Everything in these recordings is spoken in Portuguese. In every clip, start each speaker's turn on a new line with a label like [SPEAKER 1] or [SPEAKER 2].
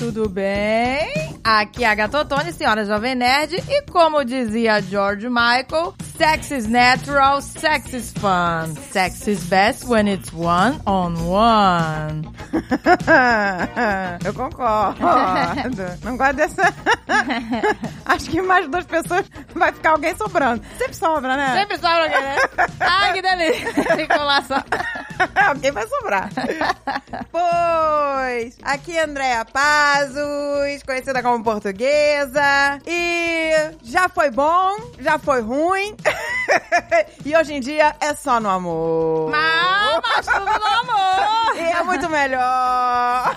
[SPEAKER 1] Muito bem. Aqui é a Gatotone, senhora Jovem Nerd. E como dizia George Michael, sex is natural, sex is fun. Sex is best when it's one on one.
[SPEAKER 2] Eu concordo. Não gosto dessa. Acho que mais duas pessoas vai ficar alguém sobrando. Sempre sobra, né?
[SPEAKER 1] Sempre sobra alguém, né? Ai, que delícia. Ficou lá só.
[SPEAKER 2] Alguém vai sobrar. pois, aqui é Andréa Pazos, conhecida como portuguesa. E já foi bom, já foi ruim. e hoje em dia é só no amor.
[SPEAKER 1] Mas, mas tudo no amor.
[SPEAKER 2] E é muito melhor.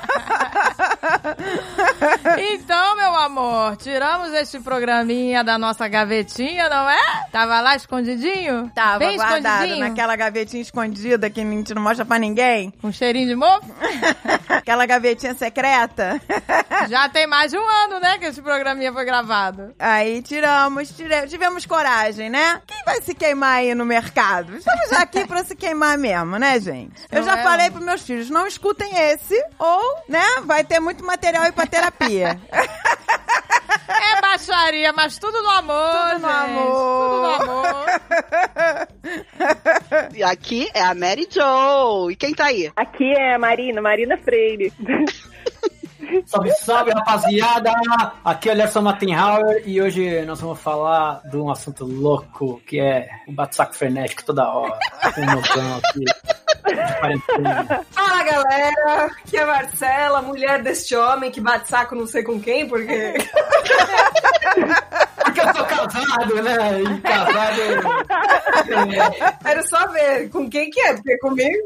[SPEAKER 1] Então, meu amor, tiramos este programinha da nossa gavetinha, não é? Tava lá escondidinho?
[SPEAKER 2] Tava
[SPEAKER 1] Bem
[SPEAKER 2] guardado
[SPEAKER 1] escondidinho?
[SPEAKER 2] naquela gavetinha escondida que a gente não mostra pra ninguém.
[SPEAKER 1] Com cheirinho de mofo?
[SPEAKER 2] Aquela gavetinha secreta.
[SPEAKER 1] Já tem mais de um ano, né, que esse programinha foi gravado.
[SPEAKER 2] Aí tiramos, tire- tivemos coragem, né? Quem vai se queimar aí no mercado? Estamos já aqui pra se queimar mesmo, né, gente? Eu
[SPEAKER 1] Não
[SPEAKER 2] já
[SPEAKER 1] é?
[SPEAKER 2] falei pros meus filhos, não escutem esse, ou, né, vai ter muito material aí pra terapia.
[SPEAKER 1] É baixaria, mas tudo no amor,
[SPEAKER 2] Tudo no
[SPEAKER 1] gente.
[SPEAKER 2] amor.
[SPEAKER 1] Tudo no amor.
[SPEAKER 3] E aqui é a Mary Joe. E quem tá aí?
[SPEAKER 4] Aqui é a Marina, Marina Freire.
[SPEAKER 5] Salve, salve, rapaziada! Aqui é o Lerson Mattenhauer e hoje nós vamos falar de um assunto louco que é um bate-saco frenético toda hora. Um mozão aqui. de quarentena.
[SPEAKER 6] Fala galera, aqui é a Marcela, mulher deste homem que bate saco não sei com quem, porque.
[SPEAKER 5] Porque eu sou casado, né? E casado. é,
[SPEAKER 6] Quero só ver com quem que é, porque comigo.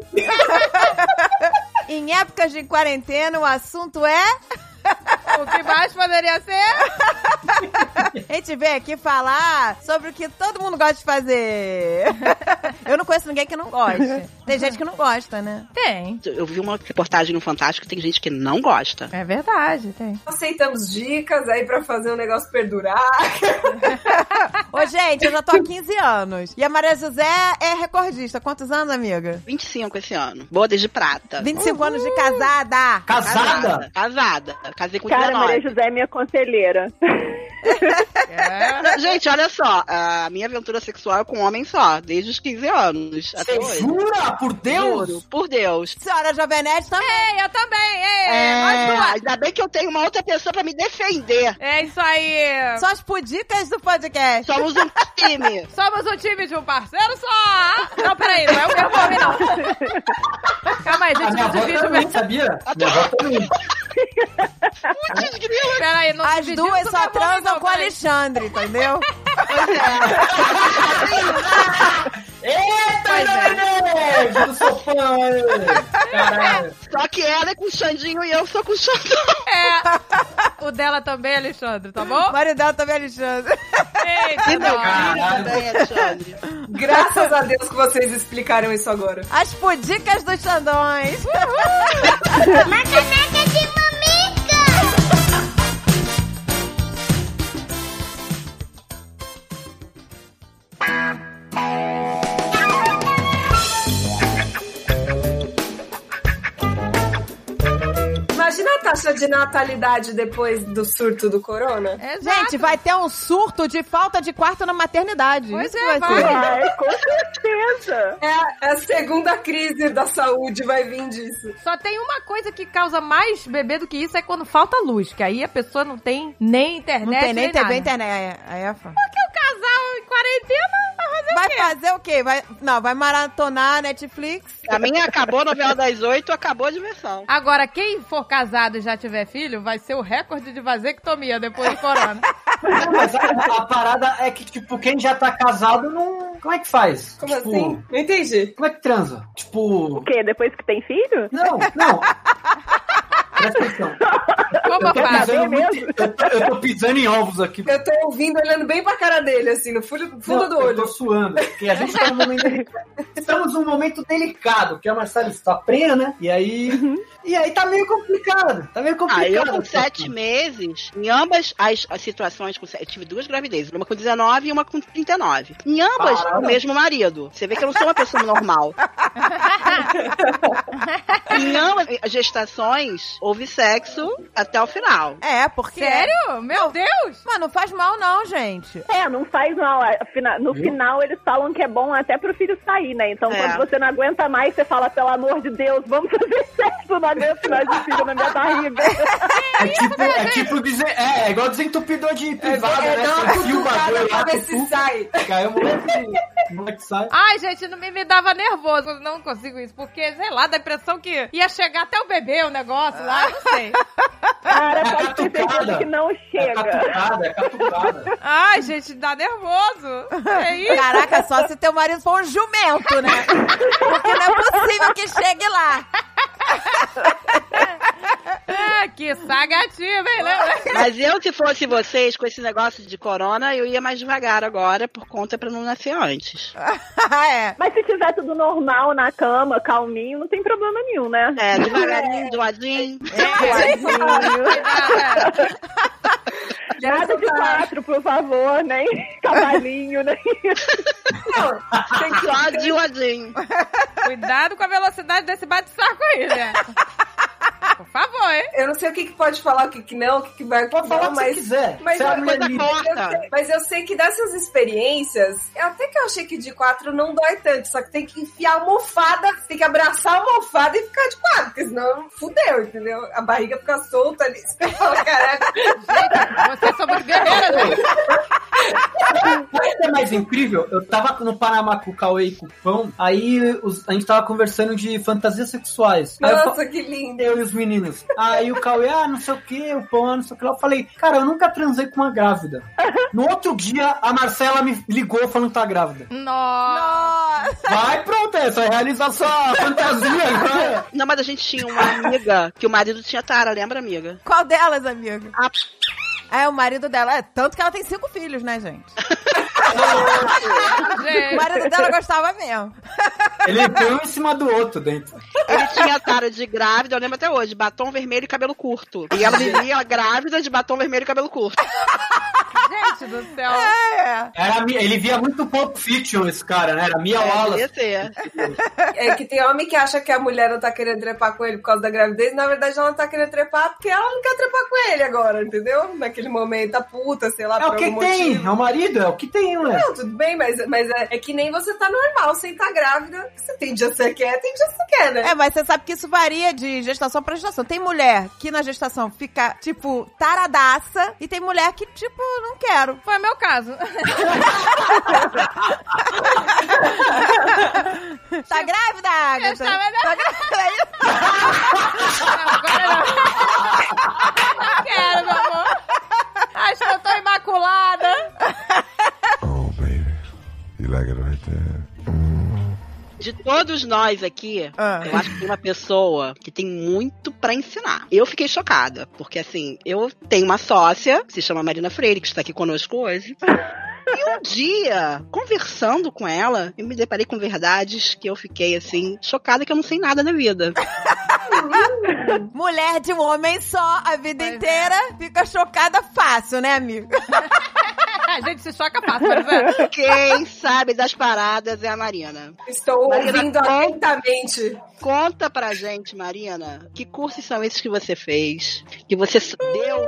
[SPEAKER 2] em épocas de quarentena, o assunto é...
[SPEAKER 1] O que mais poderia ser?
[SPEAKER 2] A gente veio aqui falar sobre o que todo mundo gosta de fazer. Eu não conheço ninguém que não goste. Tem gente que não gosta, né?
[SPEAKER 1] Tem.
[SPEAKER 3] Eu vi uma reportagem no Fantástico, tem gente que não gosta.
[SPEAKER 1] É verdade, tem.
[SPEAKER 6] Aceitamos dicas aí pra fazer o negócio perdurar.
[SPEAKER 2] Ô, gente, eu já tô há 15 anos. E a Maria José é recordista. Quantos anos, amiga?
[SPEAKER 3] 25 esse ano. Bodas de prata.
[SPEAKER 2] 25 anos de casada.
[SPEAKER 5] Casada?
[SPEAKER 3] Casada. Casei com
[SPEAKER 4] Cara,
[SPEAKER 3] 19.
[SPEAKER 4] Maria José é minha conselheira.
[SPEAKER 1] É.
[SPEAKER 3] Gente, olha só. A minha aventura sexual é com um homem só, desde os 15 anos. Até
[SPEAKER 5] Você
[SPEAKER 3] hoje.
[SPEAKER 5] jura? Por Deus?
[SPEAKER 3] Juro, por Deus. É,
[SPEAKER 2] Senhora Jovem Nerd tá também.
[SPEAKER 1] Ei, eu também. Ei,
[SPEAKER 2] É.
[SPEAKER 1] nós duas.
[SPEAKER 3] ainda bem que eu tenho uma outra pessoa pra me defender.
[SPEAKER 1] É isso aí.
[SPEAKER 2] Só as pudicas do podcast.
[SPEAKER 3] Somos um time.
[SPEAKER 1] Somos o time de um parceiro só. Não, peraí, não é o meu nome, não. Calma aí,
[SPEAKER 5] A
[SPEAKER 1] gente, não
[SPEAKER 5] minha avó
[SPEAKER 1] divide o
[SPEAKER 5] também,
[SPEAKER 1] meu.
[SPEAKER 5] sabia? Minha avó também.
[SPEAKER 3] Putz, grila.
[SPEAKER 1] Peraí, não
[SPEAKER 2] As
[SPEAKER 1] dividimos
[SPEAKER 2] duas
[SPEAKER 1] o
[SPEAKER 2] só
[SPEAKER 1] meu nome,
[SPEAKER 2] transam
[SPEAKER 1] não,
[SPEAKER 2] com o
[SPEAKER 1] peraí.
[SPEAKER 2] Alexandre, entendeu?
[SPEAKER 5] Eita, Inês! Eu sou fã! hein? Caralho.
[SPEAKER 3] Só que ela é com o Xandinho e eu sou com o Xandão.
[SPEAKER 1] É. O dela também, Alexandre, tá
[SPEAKER 2] O
[SPEAKER 1] bom?
[SPEAKER 2] marido dela também, é Alexandre.
[SPEAKER 1] Eita,
[SPEAKER 3] E
[SPEAKER 5] Então,
[SPEAKER 1] não.
[SPEAKER 3] meu filho
[SPEAKER 5] Caralho.
[SPEAKER 3] também é Xandre.
[SPEAKER 6] Graças a Deus que vocês explicaram isso agora.
[SPEAKER 2] As pudicas dos Xandões.
[SPEAKER 6] Imagina a taxa de natalidade depois do surto do corona.
[SPEAKER 1] Exato.
[SPEAKER 2] Gente, vai ter um surto de falta de quarto na maternidade.
[SPEAKER 1] Pois
[SPEAKER 2] Isso
[SPEAKER 1] é,
[SPEAKER 2] que
[SPEAKER 1] vai.
[SPEAKER 2] vai ser.
[SPEAKER 4] Ai, com certeza.
[SPEAKER 6] É a, é a segunda crise da saúde, vai vir disso.
[SPEAKER 1] Só tem uma coisa que causa mais bebê do que isso é quando falta luz, que aí a pessoa não tem nem internet. é
[SPEAKER 2] Não tem nem
[SPEAKER 1] nada.
[SPEAKER 2] TV, internet. Aí é foda.
[SPEAKER 1] Porque o casal em quarentena vai fazer o
[SPEAKER 2] Vai
[SPEAKER 1] quê?
[SPEAKER 2] fazer o quê? Vai, não, vai maratonar Netflix?
[SPEAKER 3] Pra mim, acabou a novela das oito, acabou a diversão.
[SPEAKER 1] Agora, quem for casado e já tiver filho, vai ser o recorde de vasectomia depois do corona.
[SPEAKER 5] Não, mas a, a parada é que, tipo, quem já tá casado não. Como é que faz?
[SPEAKER 6] Como
[SPEAKER 5] Tipo,
[SPEAKER 6] assim? Não entendi.
[SPEAKER 5] Como é que transa? Tipo.
[SPEAKER 4] O quê? Depois que tem filho?
[SPEAKER 5] Não, não. Presta atenção.
[SPEAKER 1] Como
[SPEAKER 5] Eu tô,
[SPEAKER 1] faz?
[SPEAKER 5] pisando em muito- eu tô- eu tô pisando em ovos aqui.
[SPEAKER 6] Eu tô ouvindo, olhando bem pra cara dele, assim, no fundo, fundo
[SPEAKER 5] Não,
[SPEAKER 6] do olho.
[SPEAKER 5] Eu tô suando. Porque a gente tá num momento delicado. Estamos num momento delicado, que a Marcela está prena, né? E aí. E aí tá meio complicado. Tá meio complicado.
[SPEAKER 3] Ah, eu com sete meses, em ambas as, as situações, com sete- eu tive duas gravidezes, uma com 19 e uma com 39. Em ambas,
[SPEAKER 5] Caralho.
[SPEAKER 3] o mesmo marido. Você vê que eu não sou uma pessoa normal. em ambas as gestações, houve sexo até até o final.
[SPEAKER 2] É, porque.
[SPEAKER 1] Sério? Meu Deus!
[SPEAKER 2] Mas não faz mal, não, gente.
[SPEAKER 4] É, não faz mal. Afina- No
[SPEAKER 5] Viu?
[SPEAKER 4] final, eles falam que é bom até pro filho sair, né? Então,
[SPEAKER 3] É.
[SPEAKER 4] quando você não aguenta mais, você fala, pelo amor de Deus, vamos fazer sexo, não aguento mais o filho na minha barriga.
[SPEAKER 5] É tipo, é tipo dizer. É, é igual desentupidor de
[SPEAKER 6] É,
[SPEAKER 5] privada,
[SPEAKER 6] é
[SPEAKER 5] né?
[SPEAKER 6] dar uma
[SPEAKER 5] Você enfia o
[SPEAKER 6] cutucada
[SPEAKER 5] bagulho lá,
[SPEAKER 6] pra ver se
[SPEAKER 5] cutuca,
[SPEAKER 6] sai.
[SPEAKER 5] caiu o moleque, o moleque sai.
[SPEAKER 1] Ai, gente, não me, me dava nervoso. Eu não consigo isso, porque, sei lá, dá a impressão que ia chegar até o bebê o negócio lá, não sei.
[SPEAKER 4] Cara,
[SPEAKER 5] É
[SPEAKER 4] pode ter certeza
[SPEAKER 5] catucada.
[SPEAKER 4] que não
[SPEAKER 5] É
[SPEAKER 4] chega.
[SPEAKER 5] catucada, é catucada.
[SPEAKER 1] Ai, gente, dá nervoso. É isso.
[SPEAKER 2] Caraca, só se teu marido for um jumento, né? Porque não é possível que chegue lá.
[SPEAKER 1] Ah, que sagativa, hein? né? Lembra?
[SPEAKER 3] Mas eu, se fosse vocês, com esse negócio de corona, eu ia mais devagar agora, por conta pra não nascer antes.
[SPEAKER 2] é.
[SPEAKER 4] Mas se tiver tudo normal na cama, calminho, não tem problema nenhum, né?
[SPEAKER 3] É, devagarinho, doadinho.
[SPEAKER 4] Calminho. Nada de quatro, por favor, nem cavalinho, nem.
[SPEAKER 6] Não, tem que
[SPEAKER 3] Só de doadinho.
[SPEAKER 1] Cuidado com a velocidade desse bate-saco aí, né? Por favor, hein?
[SPEAKER 6] Eu não sei o que, que pode falar, o que, que não, o que, que vai. o que
[SPEAKER 5] Pode falar
[SPEAKER 6] não,
[SPEAKER 5] o que você
[SPEAKER 6] mas,
[SPEAKER 5] quiser.
[SPEAKER 6] mas
[SPEAKER 5] Você é
[SPEAKER 6] eu-
[SPEAKER 5] uma mulher
[SPEAKER 3] coisa
[SPEAKER 5] livre.
[SPEAKER 6] eu
[SPEAKER 3] torta.
[SPEAKER 6] sei- mas eu sei que dessas experiências, até que eu achei que de quatro não dói tanto, só que tem que enfiar a almofada, tem que abraçar a almofada e ficar de quatro, porque senão fudeu, entendeu? A barriga fica solta ali, você fala, caraca.
[SPEAKER 1] Gente, vocês são muito guerreiras, né?
[SPEAKER 5] Sabe o que é mais incrível? Eu tava no Panamá com o Cauê e com o Pão, aí os- a gente tava conversando de fantasias sexuais. Aí eu fa-
[SPEAKER 6] Nossa, que lindo.
[SPEAKER 5] eu e os meninos. Aí o Cauê, ah, não sei o que, o Pão, ah, não sei o que. lá. Eu falei, cara, eu nunca transei com uma grávida. No outro dia, a Marcela me ligou falando que tá grávida.
[SPEAKER 1] Nossa.
[SPEAKER 2] Nossa.
[SPEAKER 5] Vai, pronto, essa é realizar sua fantasia "É." agora.
[SPEAKER 3] Não, mas a gente tinha uma amiga que o marido tinha tara, lembra, amiga?
[SPEAKER 2] Qual delas, amigo?
[SPEAKER 3] Ah,
[SPEAKER 2] É, o marido dela. É, tanto que ela tem cinco filhos, né, gente? O
[SPEAKER 1] Gente,
[SPEAKER 2] marido dela gostava mesmo.
[SPEAKER 5] Ele tem um em cima do outro dentro.
[SPEAKER 3] Ele tinha tara de grávida, eu lembro até hoje, batom vermelho e cabelo curto. E ela vivia grávida de batom vermelho e cabelo curto.
[SPEAKER 1] gente do céu.
[SPEAKER 2] É.
[SPEAKER 5] Era, mi- ele via muito Pulp Fiction, esse cara, né? Era Mia
[SPEAKER 3] É, devia
[SPEAKER 5] Wallace.
[SPEAKER 3] ser.
[SPEAKER 6] É que tem homem que acha que a mulher não tá querendo trepar com ele por causa da gravidez, na verdade ela não tá querendo trepar porque ela não quer trepar com ele agora, entendeu? Naquele momento, a puta, sei lá,
[SPEAKER 5] É o
[SPEAKER 6] por
[SPEAKER 5] que
[SPEAKER 6] algum
[SPEAKER 5] tem,
[SPEAKER 6] motivo.
[SPEAKER 5] é o marido, é o que tem, né?
[SPEAKER 6] Não, tudo bem, mas, mas é, é que nem você tá normal, sem tá grávida. Você tem dia que você quer, tem dia que você quer, né?
[SPEAKER 2] É, mas você sabe que isso varia de gestação pra gestação. Tem mulher que na gestação fica, tipo, taradaça, e tem mulher que, tipo, não quero.
[SPEAKER 1] Foi meu caso.
[SPEAKER 2] Tá grávida,
[SPEAKER 1] Eu
[SPEAKER 2] Agatha? Tá é
[SPEAKER 1] estava na... Agora não. Não quero, meu amor. Acho que eu tô imaculada.
[SPEAKER 7] Oh, baby. You like it right there?
[SPEAKER 3] De todos nós aqui,
[SPEAKER 2] Ah.
[SPEAKER 3] eu acho que tem uma pessoa que tem muito pra ensinar. Eu fiquei chocada, porque assim, eu tenho uma sócia, que se chama Marina Freire, que está aqui conosco hoje. E um dia, conversando com ela, eu me deparei com verdades que eu fiquei assim, chocada que eu não sei nada da vida.
[SPEAKER 2] Mulher de um homem só a vida
[SPEAKER 1] Pois é.
[SPEAKER 2] inteira fica chocada fácil, né, amigo?
[SPEAKER 1] A Ah, gente se choca fácil, mas é.
[SPEAKER 3] Quem sabe das paradas é a Marina.
[SPEAKER 6] Estou
[SPEAKER 3] Marina,
[SPEAKER 6] ouvindo atentamente.
[SPEAKER 3] Conta pra gente, Marina, que cursos são esses que você fez? Que você s- deu?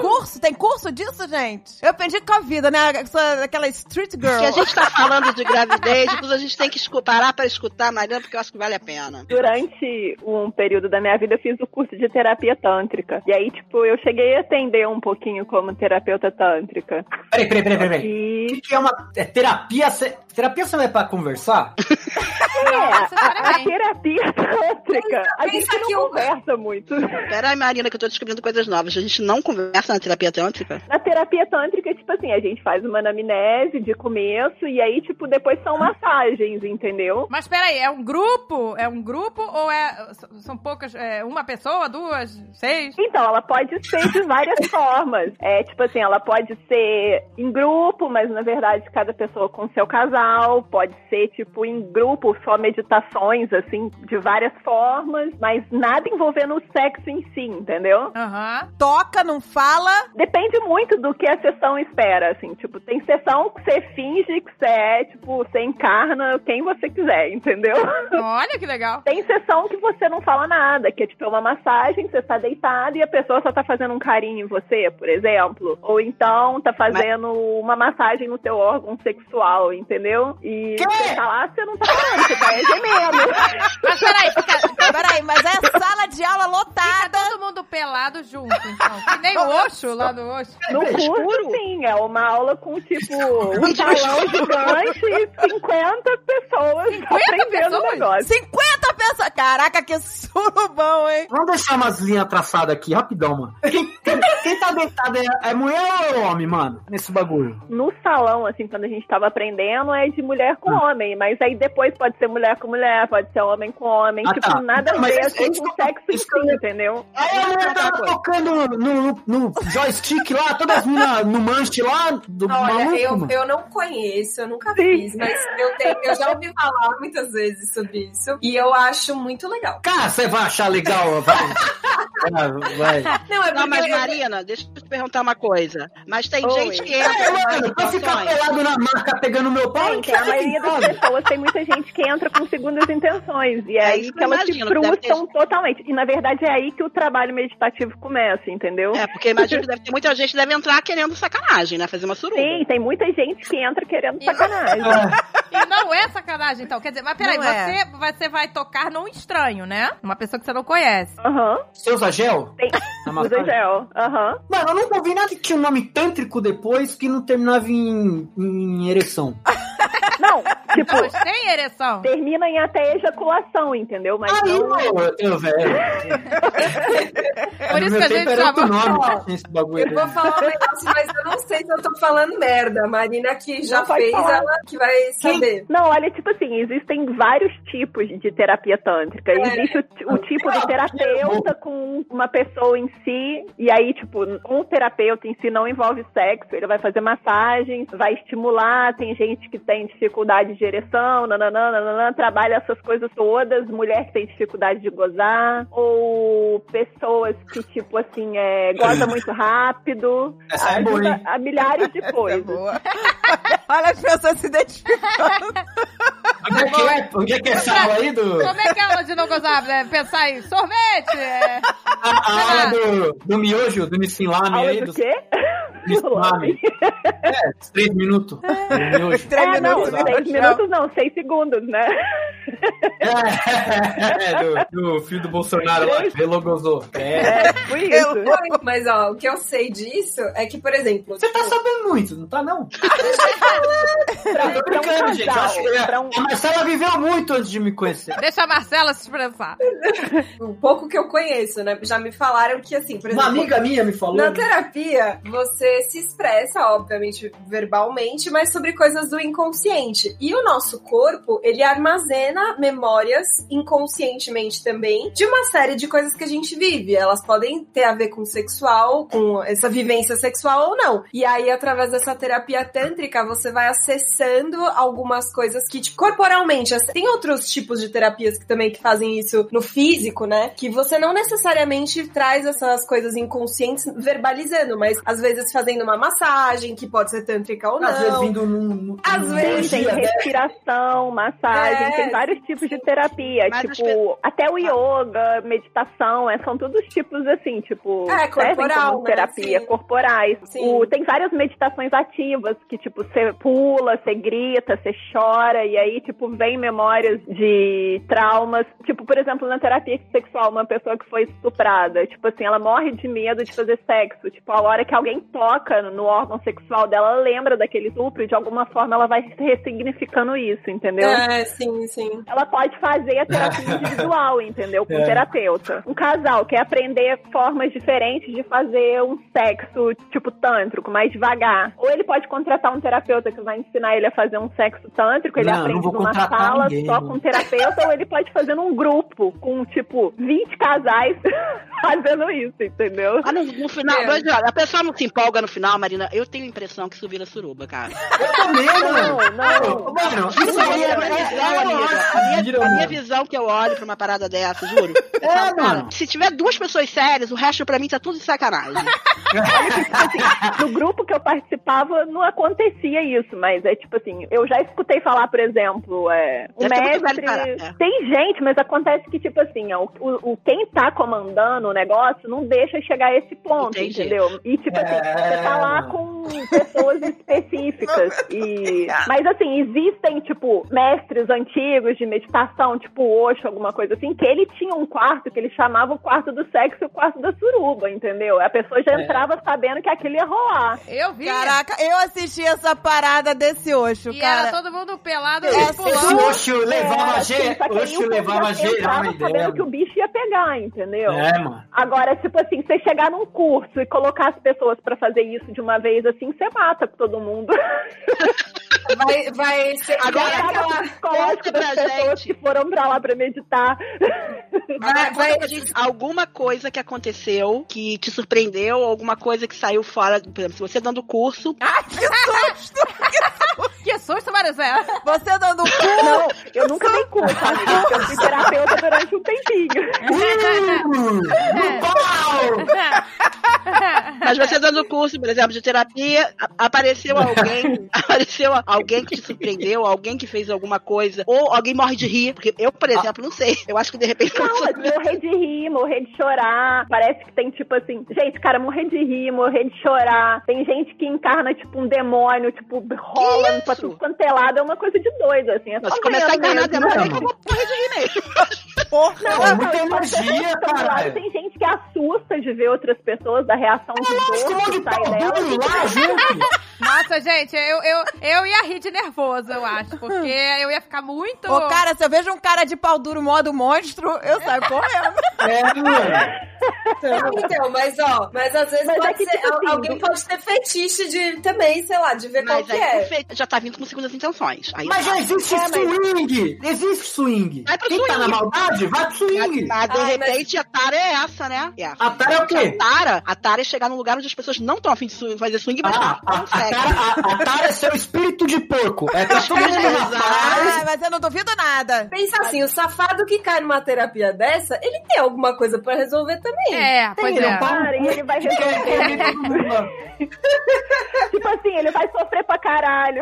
[SPEAKER 2] Curso? Tem curso disso, gente? Eu aprendi com a vida, né? Eu sou aquela street
[SPEAKER 3] Que a
[SPEAKER 2] girl.
[SPEAKER 3] gente tá falando de gravidez, tudo a gente tem que escu- parar pra escutar, Marina, porque eu acho que vale a pena.
[SPEAKER 4] Durante um período da minha vida, eu fiz o curso de terapia tântrica. E aí, tipo, eu cheguei a atender um pouquinho como terapeuta tântrica.
[SPEAKER 5] Peraí, peraí, peraí, peraí. O
[SPEAKER 4] E
[SPEAKER 5] que que é uma é terapia? se- Terapia você não é pra conversar?
[SPEAKER 1] Nossa,
[SPEAKER 4] é, a
[SPEAKER 1] parabéns.
[SPEAKER 4] terapia tântrica, a gente
[SPEAKER 6] Pensa que
[SPEAKER 4] não
[SPEAKER 6] eu-
[SPEAKER 4] conversa muito.
[SPEAKER 3] Pera aí, Marina, que eu tô descobrindo coisas novas. A gente não conversa na terapia tântrica?
[SPEAKER 4] Na terapia tântrica, tipo assim, a gente faz uma anamnese de começo e aí, tipo, depois são massagens, entendeu?
[SPEAKER 1] Mas peraí, é um grupo? É um grupo ou é. São poucas. É, uma pessoa, duas, seis?
[SPEAKER 4] Então, ela pode ser de várias formas. É, tipo assim, ela pode ser em grupo, mas na verdade cada pessoa com seu casal. individual, pode ser tipo em grupo, só meditações, assim, de várias formas, mas nada envolvendo o sexo em si, entendeu?
[SPEAKER 1] Aham.
[SPEAKER 2] Toca, não fala.
[SPEAKER 4] Depende muito do que a sessão espera, assim, tipo, tem sessão que você finge que você é, tipo, você encarna quem você quiser, entendeu?
[SPEAKER 1] Olha que legal.
[SPEAKER 4] Tem sessão que você não fala nada, que é tipo é uma massagem, você tá deitado e a pessoa só tá fazendo um carinho em você, por exemplo. Ou então tá fazendo uma massagem no teu órgão sexual, entendeu? E
[SPEAKER 5] Quê?
[SPEAKER 4] você tá lá, você não tá falando, você tá gemendo.
[SPEAKER 1] Mas peraí, fica,
[SPEAKER 2] Peraí, mas é sala de aula
[SPEAKER 1] fica
[SPEAKER 2] lotada.
[SPEAKER 1] todo mundo pelado junto, então. Que nem o Oxo lá do Oxo.
[SPEAKER 4] No
[SPEAKER 5] É
[SPEAKER 4] curso,
[SPEAKER 3] escuro?
[SPEAKER 4] sim, é uma aula com tipo
[SPEAKER 3] Um
[SPEAKER 4] um
[SPEAKER 3] tipo
[SPEAKER 4] salão
[SPEAKER 3] escuro.
[SPEAKER 4] gigante e 50 pessoas
[SPEAKER 1] 50
[SPEAKER 4] aprendendo
[SPEAKER 1] pessoas?
[SPEAKER 4] o negócio.
[SPEAKER 2] 50 pessoas. Caraca, que surubão, hein?
[SPEAKER 5] Vamos deixar umas linhas traçadas aqui, rapidão, mano. Quem, quem- quem tá deitado é, é mulher ou homem, mano? Nesse bagulho.
[SPEAKER 4] no salão, assim, quando a gente tava aprendendo, é de mulher
[SPEAKER 5] Hum.
[SPEAKER 4] com homem. Mas aí depois pode ser mulher com mulher, pode ser homem com homem.
[SPEAKER 5] Ah,
[SPEAKER 4] tipo,
[SPEAKER 5] tá.
[SPEAKER 4] nada a
[SPEAKER 5] Mas
[SPEAKER 4] ver
[SPEAKER 5] isso-
[SPEAKER 4] assim,
[SPEAKER 5] isso
[SPEAKER 4] com
[SPEAKER 5] que eu-
[SPEAKER 4] sexo em
[SPEAKER 5] isso que eu
[SPEAKER 4] si,
[SPEAKER 5] ia-
[SPEAKER 4] entendeu?
[SPEAKER 5] Aí a mulher tava tocando no, no- no joystick lá, todas as minas no manche lá do maluco,
[SPEAKER 6] Olha, eu,
[SPEAKER 5] mano.
[SPEAKER 6] eu não conheço, eu nunca
[SPEAKER 4] Sim.
[SPEAKER 6] fiz, mas eu, tenho- eu já ouvi falar muitas vezes sobre isso e eu acho muito legal.
[SPEAKER 5] Cara, você vai achar legal, vai. Ah, vai, vai.
[SPEAKER 6] Não, é
[SPEAKER 3] Não, mas
[SPEAKER 6] porque eu-
[SPEAKER 3] Marina, deixa eu te perguntar uma coisa. Mas tem
[SPEAKER 4] Oi.
[SPEAKER 3] gente que
[SPEAKER 5] É,
[SPEAKER 3] entra
[SPEAKER 5] mano, pra
[SPEAKER 6] tá
[SPEAKER 3] nas
[SPEAKER 5] ficar
[SPEAKER 3] situações.
[SPEAKER 5] pelado na marca pegando meu pau,
[SPEAKER 4] É,
[SPEAKER 5] não
[SPEAKER 4] então, a maioria das
[SPEAKER 5] assim,
[SPEAKER 4] pessoas tem muita gente que entra com segundas intenções. E é, aí
[SPEAKER 3] isso
[SPEAKER 4] que
[SPEAKER 3] que eu
[SPEAKER 4] elas se
[SPEAKER 3] imagino, que deve ter
[SPEAKER 4] frustram totalmente. E na verdade é aí que o trabalho meditativo começa, entendeu?
[SPEAKER 3] É, porque imagino que deve ter muita gente que deve entrar querendo sacanagem, né? Fazer uma suruba.
[SPEAKER 4] Sim, tem muita gente que entra querendo
[SPEAKER 1] E-
[SPEAKER 4] sacanagem.
[SPEAKER 1] E não é sacanagem, então. Quer dizer, mas peraí,
[SPEAKER 2] Não
[SPEAKER 1] você,
[SPEAKER 2] é.
[SPEAKER 1] você vai tocar num estranho, né? Uma pessoa que você não conhece.
[SPEAKER 4] Aham.
[SPEAKER 5] Você usa gel?
[SPEAKER 4] Tem.
[SPEAKER 5] Na
[SPEAKER 4] Usa
[SPEAKER 5] massagem?
[SPEAKER 4] gel. Aham.
[SPEAKER 5] Mano, eu nunca ouvi nada que tinha um nome tântrico depois que não terminava em, em ereção.
[SPEAKER 4] Não, tipo,
[SPEAKER 1] Então, tem ereção.
[SPEAKER 4] termina em até ejaculação, entendeu? Mas
[SPEAKER 5] Aí,
[SPEAKER 4] não-
[SPEAKER 5] mano, Ah, eu, velho.
[SPEAKER 1] Por isso que a gente
[SPEAKER 5] era outro
[SPEAKER 1] chama.
[SPEAKER 5] nome que tinha esse bagulho. né?
[SPEAKER 6] Eu vou falar um negócio, mas eu não sei se eu tô falando merda. A Marina que já
[SPEAKER 4] Não pode
[SPEAKER 6] fez,
[SPEAKER 4] falar.
[SPEAKER 6] ela que vai saber.
[SPEAKER 4] Não, olha, tipo assim, existem vários tipos de terapia tântrica.
[SPEAKER 5] É.
[SPEAKER 4] Existe o, ti- o tipo do terapeuta com uma pessoa em si, e aí, tipo, um terapeuta em si não envolve sexo, ele vai fazer massagem, vai estimular, tem gente que tem dificuldade de ereção, nananã, nananã, trabalha essas coisas todas, mulher que tem dificuldade de gozar, ou pessoas que, tipo assim, é, goza muito rápido.
[SPEAKER 5] Essa é boa, hein? É
[SPEAKER 4] Ajuda a milhares de
[SPEAKER 2] Tá
[SPEAKER 4] coisas.
[SPEAKER 2] boa. Olha as pessoas se identificando.
[SPEAKER 5] Onde é que é? Onde é que é essa aula aí do.
[SPEAKER 1] Como é que é onde não gozava? É pensar em sorvete? É...
[SPEAKER 5] A, a aula é do, do miojo, do Nissinlame
[SPEAKER 4] Aula
[SPEAKER 5] aí?
[SPEAKER 4] do
[SPEAKER 5] dos
[SPEAKER 4] quê?
[SPEAKER 5] Nissinlame. É, dos três minutos. Do miojo.
[SPEAKER 2] Três
[SPEAKER 4] é, não,
[SPEAKER 2] minutos, né?
[SPEAKER 4] seis minutos não, seis segundos, né?
[SPEAKER 5] É, do, do filho do Bolsonaro lá, que relogozou. É.
[SPEAKER 4] É, foi isso.
[SPEAKER 6] Oi, Mas ó, o que eu sei disso é que, por exemplo,
[SPEAKER 5] Você tá
[SPEAKER 6] tipo,
[SPEAKER 5] sabendo muito, não tá não?
[SPEAKER 4] Pra,
[SPEAKER 5] Tô
[SPEAKER 4] pra um casal,
[SPEAKER 5] brincando, gente. Eu acho que é-
[SPEAKER 4] pra um-
[SPEAKER 5] a Marcela viveu muito antes de me conhecer.
[SPEAKER 1] Deixa a Marcela se expressar.
[SPEAKER 6] tipo, o pouco que eu conheço, né? Já me falaram que, assim, por
[SPEAKER 5] Uma
[SPEAKER 6] exemplo,
[SPEAKER 5] amiga minha me falou.
[SPEAKER 6] Na terapia, você se expressa, obviamente, verbalmente, mas sobre coisas do inconsciente. E o nosso corpo, ele armazena memórias inconscientemente também de uma série de coisas que a gente vive. Elas podem ter a ver com sexual, com essa vivência sexual ou não. E aí, através dessa terapia tântrica, você vai acessando algumas coisas que, tipo, corporalmente, assim, tem outros tipos de terapias que também que fazem isso no físico, né? Que você não necessariamente traz essas coisas inconscientes verbalizando, mas às vezes fazendo uma massagem, que pode ser tântrica ou não.
[SPEAKER 5] Às vezes vindo num. num-
[SPEAKER 6] Às
[SPEAKER 5] num
[SPEAKER 6] vezes,
[SPEAKER 5] dia,
[SPEAKER 4] Tem
[SPEAKER 5] né?
[SPEAKER 4] respiração, massagem,
[SPEAKER 6] É.
[SPEAKER 4] tem vários tipos de terapia.
[SPEAKER 3] Mas as
[SPEAKER 4] tipo, até
[SPEAKER 6] Ah.
[SPEAKER 4] o yoga, meditação, é, são todos tipos assim, tipo,
[SPEAKER 6] É, corporal,
[SPEAKER 4] servem como
[SPEAKER 6] né?
[SPEAKER 4] terapia,
[SPEAKER 6] Sim.
[SPEAKER 4] corporais.
[SPEAKER 6] Sim.
[SPEAKER 4] O- tem várias meditações ativas que, tipo, você pula, você grita, você chora, e aí, tipo, vem memórias de traumas. Tipo, por exemplo, na terapia sexual, uma pessoa que foi estuprada, tipo assim, ela morre de medo de fazer sexo. Tipo, a hora que alguém toca no órgão sexual dela, ela lembra daquele estupro e de alguma forma ela vai ressignificando isso, entendeu?
[SPEAKER 6] É, sim, sim.
[SPEAKER 4] Ela pode fazer a terapia individual, entendeu? Com
[SPEAKER 5] É.
[SPEAKER 4] o terapeuta. Um casal quer aprender formas diferentes de fazer um sexo, tipo, tântrico, mais devagar. Ou ele pode contratar um terapeuta que vai ensinar ele a fazer um sexo tântrico, ele
[SPEAKER 5] Não, não
[SPEAKER 4] aprende
[SPEAKER 5] vou
[SPEAKER 4] numa
[SPEAKER 5] contratar
[SPEAKER 4] sala
[SPEAKER 5] ninguém,
[SPEAKER 4] só
[SPEAKER 5] não.
[SPEAKER 4] com um terapeuta, ou ele pode fazer num grupo com, tipo, 20 casais fazendo isso, entendeu?
[SPEAKER 3] Ah, no, no final,
[SPEAKER 6] É.
[SPEAKER 3] mas, olha, a pessoa não se empolga no final, Marina. Eu tenho a impressão que isso vira suruba, cara.
[SPEAKER 5] Eu também, mano.
[SPEAKER 4] Não, Ah, não.
[SPEAKER 5] Mano, isso
[SPEAKER 3] a
[SPEAKER 5] aí é.
[SPEAKER 3] minha visão, amiga. A minha, a minha
[SPEAKER 5] é- é-
[SPEAKER 3] visão que eu olho pra uma parada dessa, juro. Eu
[SPEAKER 5] É,
[SPEAKER 3] falo, cara,
[SPEAKER 5] mano.
[SPEAKER 3] se tiver duas pessoas sérias, o resto pra mim tá tudo de sacanagem.
[SPEAKER 4] no grupo que eu participava não acontecia isso, mas é tipo assim, eu já escutei falar, por exemplo, é, o
[SPEAKER 3] Deve ter muito velho,
[SPEAKER 4] mestre.
[SPEAKER 3] cara, é.
[SPEAKER 4] Tem gente, mas acontece que, tipo assim, ó, o, o- quem tá comandando o negócio não deixa chegar a esse ponto,
[SPEAKER 3] Entendi. É.
[SPEAKER 4] entendeu? E tipo assim, você tá
[SPEAKER 5] É.
[SPEAKER 4] lá com pessoas específicas. e... Mas assim, existem, tipo, mestres antigos de meditação, tipo Osho, alguma coisa assim, que ele tinha um quarto que ele chamava o quarto do sexo e o quarto da suruba, entendeu? A pessoa já
[SPEAKER 5] É.
[SPEAKER 4] entrava sabendo que aquilo ia rolar.
[SPEAKER 1] Eu vi.
[SPEAKER 2] Caraca, eu assisti essa parada desse Osho,
[SPEAKER 1] e
[SPEAKER 2] cara.
[SPEAKER 1] era todo mundo pelado
[SPEAKER 2] É,
[SPEAKER 5] Se
[SPEAKER 1] pulando.
[SPEAKER 5] o Oxo levava,
[SPEAKER 4] assim,
[SPEAKER 5] ge...
[SPEAKER 4] só que aí o
[SPEAKER 5] Oxo
[SPEAKER 4] povo
[SPEAKER 5] levava
[SPEAKER 4] já entrava
[SPEAKER 5] geral na ideia.
[SPEAKER 4] sabendo tá? que o bicho ia pegar, entendeu?
[SPEAKER 5] É, mano.
[SPEAKER 4] Agora, tipo assim, você chegar num curso e colocar as pessoas pra fazer isso de uma vez assim, você mata todo mundo.
[SPEAKER 6] Vai, vai ser
[SPEAKER 3] Agora
[SPEAKER 6] vai aquela.
[SPEAKER 4] Psicológico
[SPEAKER 3] pra
[SPEAKER 4] das pessoas
[SPEAKER 3] gente.
[SPEAKER 4] que foram pra lá pra meditar.
[SPEAKER 6] Vai, vai,
[SPEAKER 3] Alguma coisa que aconteceu que te surpreendeu, alguma coisa que saiu fora. Por exemplo, se você dando curso,
[SPEAKER 2] Ai, que susto!
[SPEAKER 1] Que susto, Maricela.
[SPEAKER 2] Você dando um- cu!
[SPEAKER 4] Não, eu nunca dei curso, amiga, porque eu fui terapeuta durante um tempinho.
[SPEAKER 3] mas você dando curso, por exemplo, de terapia, a- apareceu alguém, apareceu alguém que te surpreendeu, alguém que fez alguma coisa, ou alguém morre de rir, porque eu,
[SPEAKER 6] Ah.
[SPEAKER 3] por exemplo, não sei. Eu acho que de repente eu
[SPEAKER 4] Não,
[SPEAKER 3] sou-
[SPEAKER 4] mas morrer de rir, morrer de chorar. Parece que tem tipo assim, gente, cara, morrer de rir, morrer de chorar. Tem gente que encarna tipo um demônio, tipo, rola
[SPEAKER 3] isso?
[SPEAKER 4] pra tudo quanto é lado. É uma coisa de doido, assim. É só
[SPEAKER 3] Não, se começar a
[SPEAKER 4] vendo
[SPEAKER 3] enganar
[SPEAKER 4] mesmo.
[SPEAKER 3] demônio, aí que eu vou morrer de rir mesmo.
[SPEAKER 2] Porra!
[SPEAKER 4] Não,
[SPEAKER 5] É
[SPEAKER 4] não,
[SPEAKER 5] muita
[SPEAKER 4] e quando as pessoas
[SPEAKER 5] energia,
[SPEAKER 4] estão do lado,
[SPEAKER 5] cara.
[SPEAKER 4] Tem gente que assusta de ver outras pessoas, da reação dos
[SPEAKER 5] Esse um monte
[SPEAKER 4] outros
[SPEAKER 5] de
[SPEAKER 4] que sai
[SPEAKER 5] pau duro
[SPEAKER 4] dela.
[SPEAKER 5] lá junto.
[SPEAKER 1] Nossa, gente, eu, eu, eu ia rir de nervoso, eu acho. Porque eu ia ficar muito.
[SPEAKER 2] Ô, cara, se eu vejo um cara de pau duro modo monstro, eu saio correndo.
[SPEAKER 5] É, mano.
[SPEAKER 6] Então, mas ó, mas às vezes
[SPEAKER 4] Mas
[SPEAKER 6] pode
[SPEAKER 4] é que,
[SPEAKER 6] ser,
[SPEAKER 4] tipo
[SPEAKER 6] al-
[SPEAKER 4] assim,
[SPEAKER 6] alguém pode ter fetiche de também, sei lá, de ver qual
[SPEAKER 3] Mas
[SPEAKER 6] que
[SPEAKER 3] aí
[SPEAKER 6] é.
[SPEAKER 3] perfeito, já tá vindo com segundas intenções. Aí tá.
[SPEAKER 5] Mas já existe
[SPEAKER 4] É, mas-
[SPEAKER 5] swing. Existe swing.
[SPEAKER 3] Vai pro
[SPEAKER 5] Quem tá na
[SPEAKER 3] swing.
[SPEAKER 5] maldade, vai pro swing.
[SPEAKER 3] Ah, de
[SPEAKER 6] Ai, mas-
[SPEAKER 3] repente a tara é essa, né? É.
[SPEAKER 5] A tara é o
[SPEAKER 3] A
[SPEAKER 5] quê?
[SPEAKER 3] tara, a tara é chegar num lugar onde as pessoas não estão afim de su- fazer swing, mas
[SPEAKER 5] Ah, a,
[SPEAKER 3] estão
[SPEAKER 5] a, tara, a, a tara é seu espírito de porco. É tá todo mundo na paz.
[SPEAKER 2] Ah, mas eu não duvido nada.
[SPEAKER 6] Pensa assim, o safado que cai numa terapia dessa, ele tem alguma coisa pra resolver também.
[SPEAKER 1] É, pois
[SPEAKER 5] Ele é um
[SPEAKER 1] é.
[SPEAKER 5] pau
[SPEAKER 4] Cara, e ele vai resolver.
[SPEAKER 5] é
[SPEAKER 4] tipo assim, ele vai sofrer pra caralho.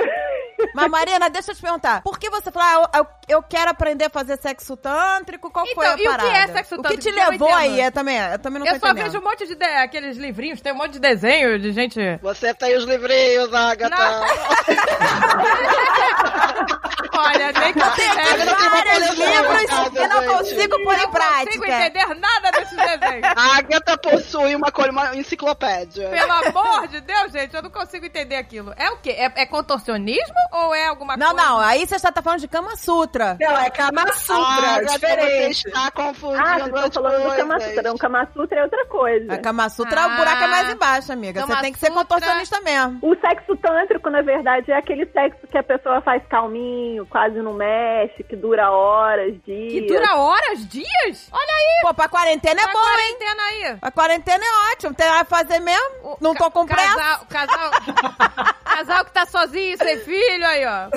[SPEAKER 2] Mas, Marina, deixa eu te perguntar. Por que você falou, ah, eu, eu quero aprender a fazer sexo tântrico? Qual foi
[SPEAKER 1] Então,
[SPEAKER 2] a
[SPEAKER 1] e o que
[SPEAKER 2] parada?
[SPEAKER 1] é sexo
[SPEAKER 2] O que te
[SPEAKER 1] tântrico? Eu não
[SPEAKER 2] levou
[SPEAKER 1] entendo.
[SPEAKER 2] aí? Eu também, eu também não tô
[SPEAKER 1] Eu só
[SPEAKER 2] entendendo.
[SPEAKER 1] vejo um monte de, de aqueles livrinhos, tem um monte de desenho de gente.
[SPEAKER 3] Você tem os livrinhos, Agatha.
[SPEAKER 1] Não. Olha, nem que eu
[SPEAKER 2] Tem
[SPEAKER 1] tivesse.
[SPEAKER 3] não tenho
[SPEAKER 2] vários
[SPEAKER 3] papel na minha
[SPEAKER 2] livros
[SPEAKER 3] casa,
[SPEAKER 2] que eu não
[SPEAKER 3] gente.
[SPEAKER 2] consigo pôr em
[SPEAKER 1] Eu não consigo
[SPEAKER 2] prática.
[SPEAKER 1] entender nada desses desenhos.
[SPEAKER 3] A Agatha possui uma, col- uma enciclopédia.
[SPEAKER 1] Pelo amor de Deus, gente, eu não consigo entender aquilo. É o quê? É, é contorcionismo ou é alguma
[SPEAKER 2] Não,
[SPEAKER 1] coisa?
[SPEAKER 2] não, aí você está tá falando de Kama Sutra.
[SPEAKER 6] Não, é Kama Sutra,
[SPEAKER 3] Ah,
[SPEAKER 6] é
[SPEAKER 3] Agatha, você
[SPEAKER 6] diferente.
[SPEAKER 3] está confundindo
[SPEAKER 4] Ah, vocês estão
[SPEAKER 3] as
[SPEAKER 4] falando do Kama
[SPEAKER 3] coisas.
[SPEAKER 4] Sutra. Um Kama Sutra é outra coisa.
[SPEAKER 2] A Kama Sutra,
[SPEAKER 1] Ah.
[SPEAKER 2] o buraco é mais embaixo, amiga.
[SPEAKER 1] Kama
[SPEAKER 2] você tem que ser
[SPEAKER 1] Sutra.
[SPEAKER 2] contorcionista mesmo.
[SPEAKER 4] O sexo tântrico, na verdade, é aquele sexo que a pessoa faz calminho, quase não mexe, que dura horas, dias.
[SPEAKER 1] Que dura horas, dias? Olha aí,
[SPEAKER 2] Pô, pra quarentena é
[SPEAKER 1] a
[SPEAKER 2] bom, hein?
[SPEAKER 1] quarentena aí.
[SPEAKER 2] A quarentena é ótimo. Tem nada a fazer mesmo. Não tô com pressa.
[SPEAKER 1] Casal, casal, casal que tá sozinho, sem filho, aí, ó.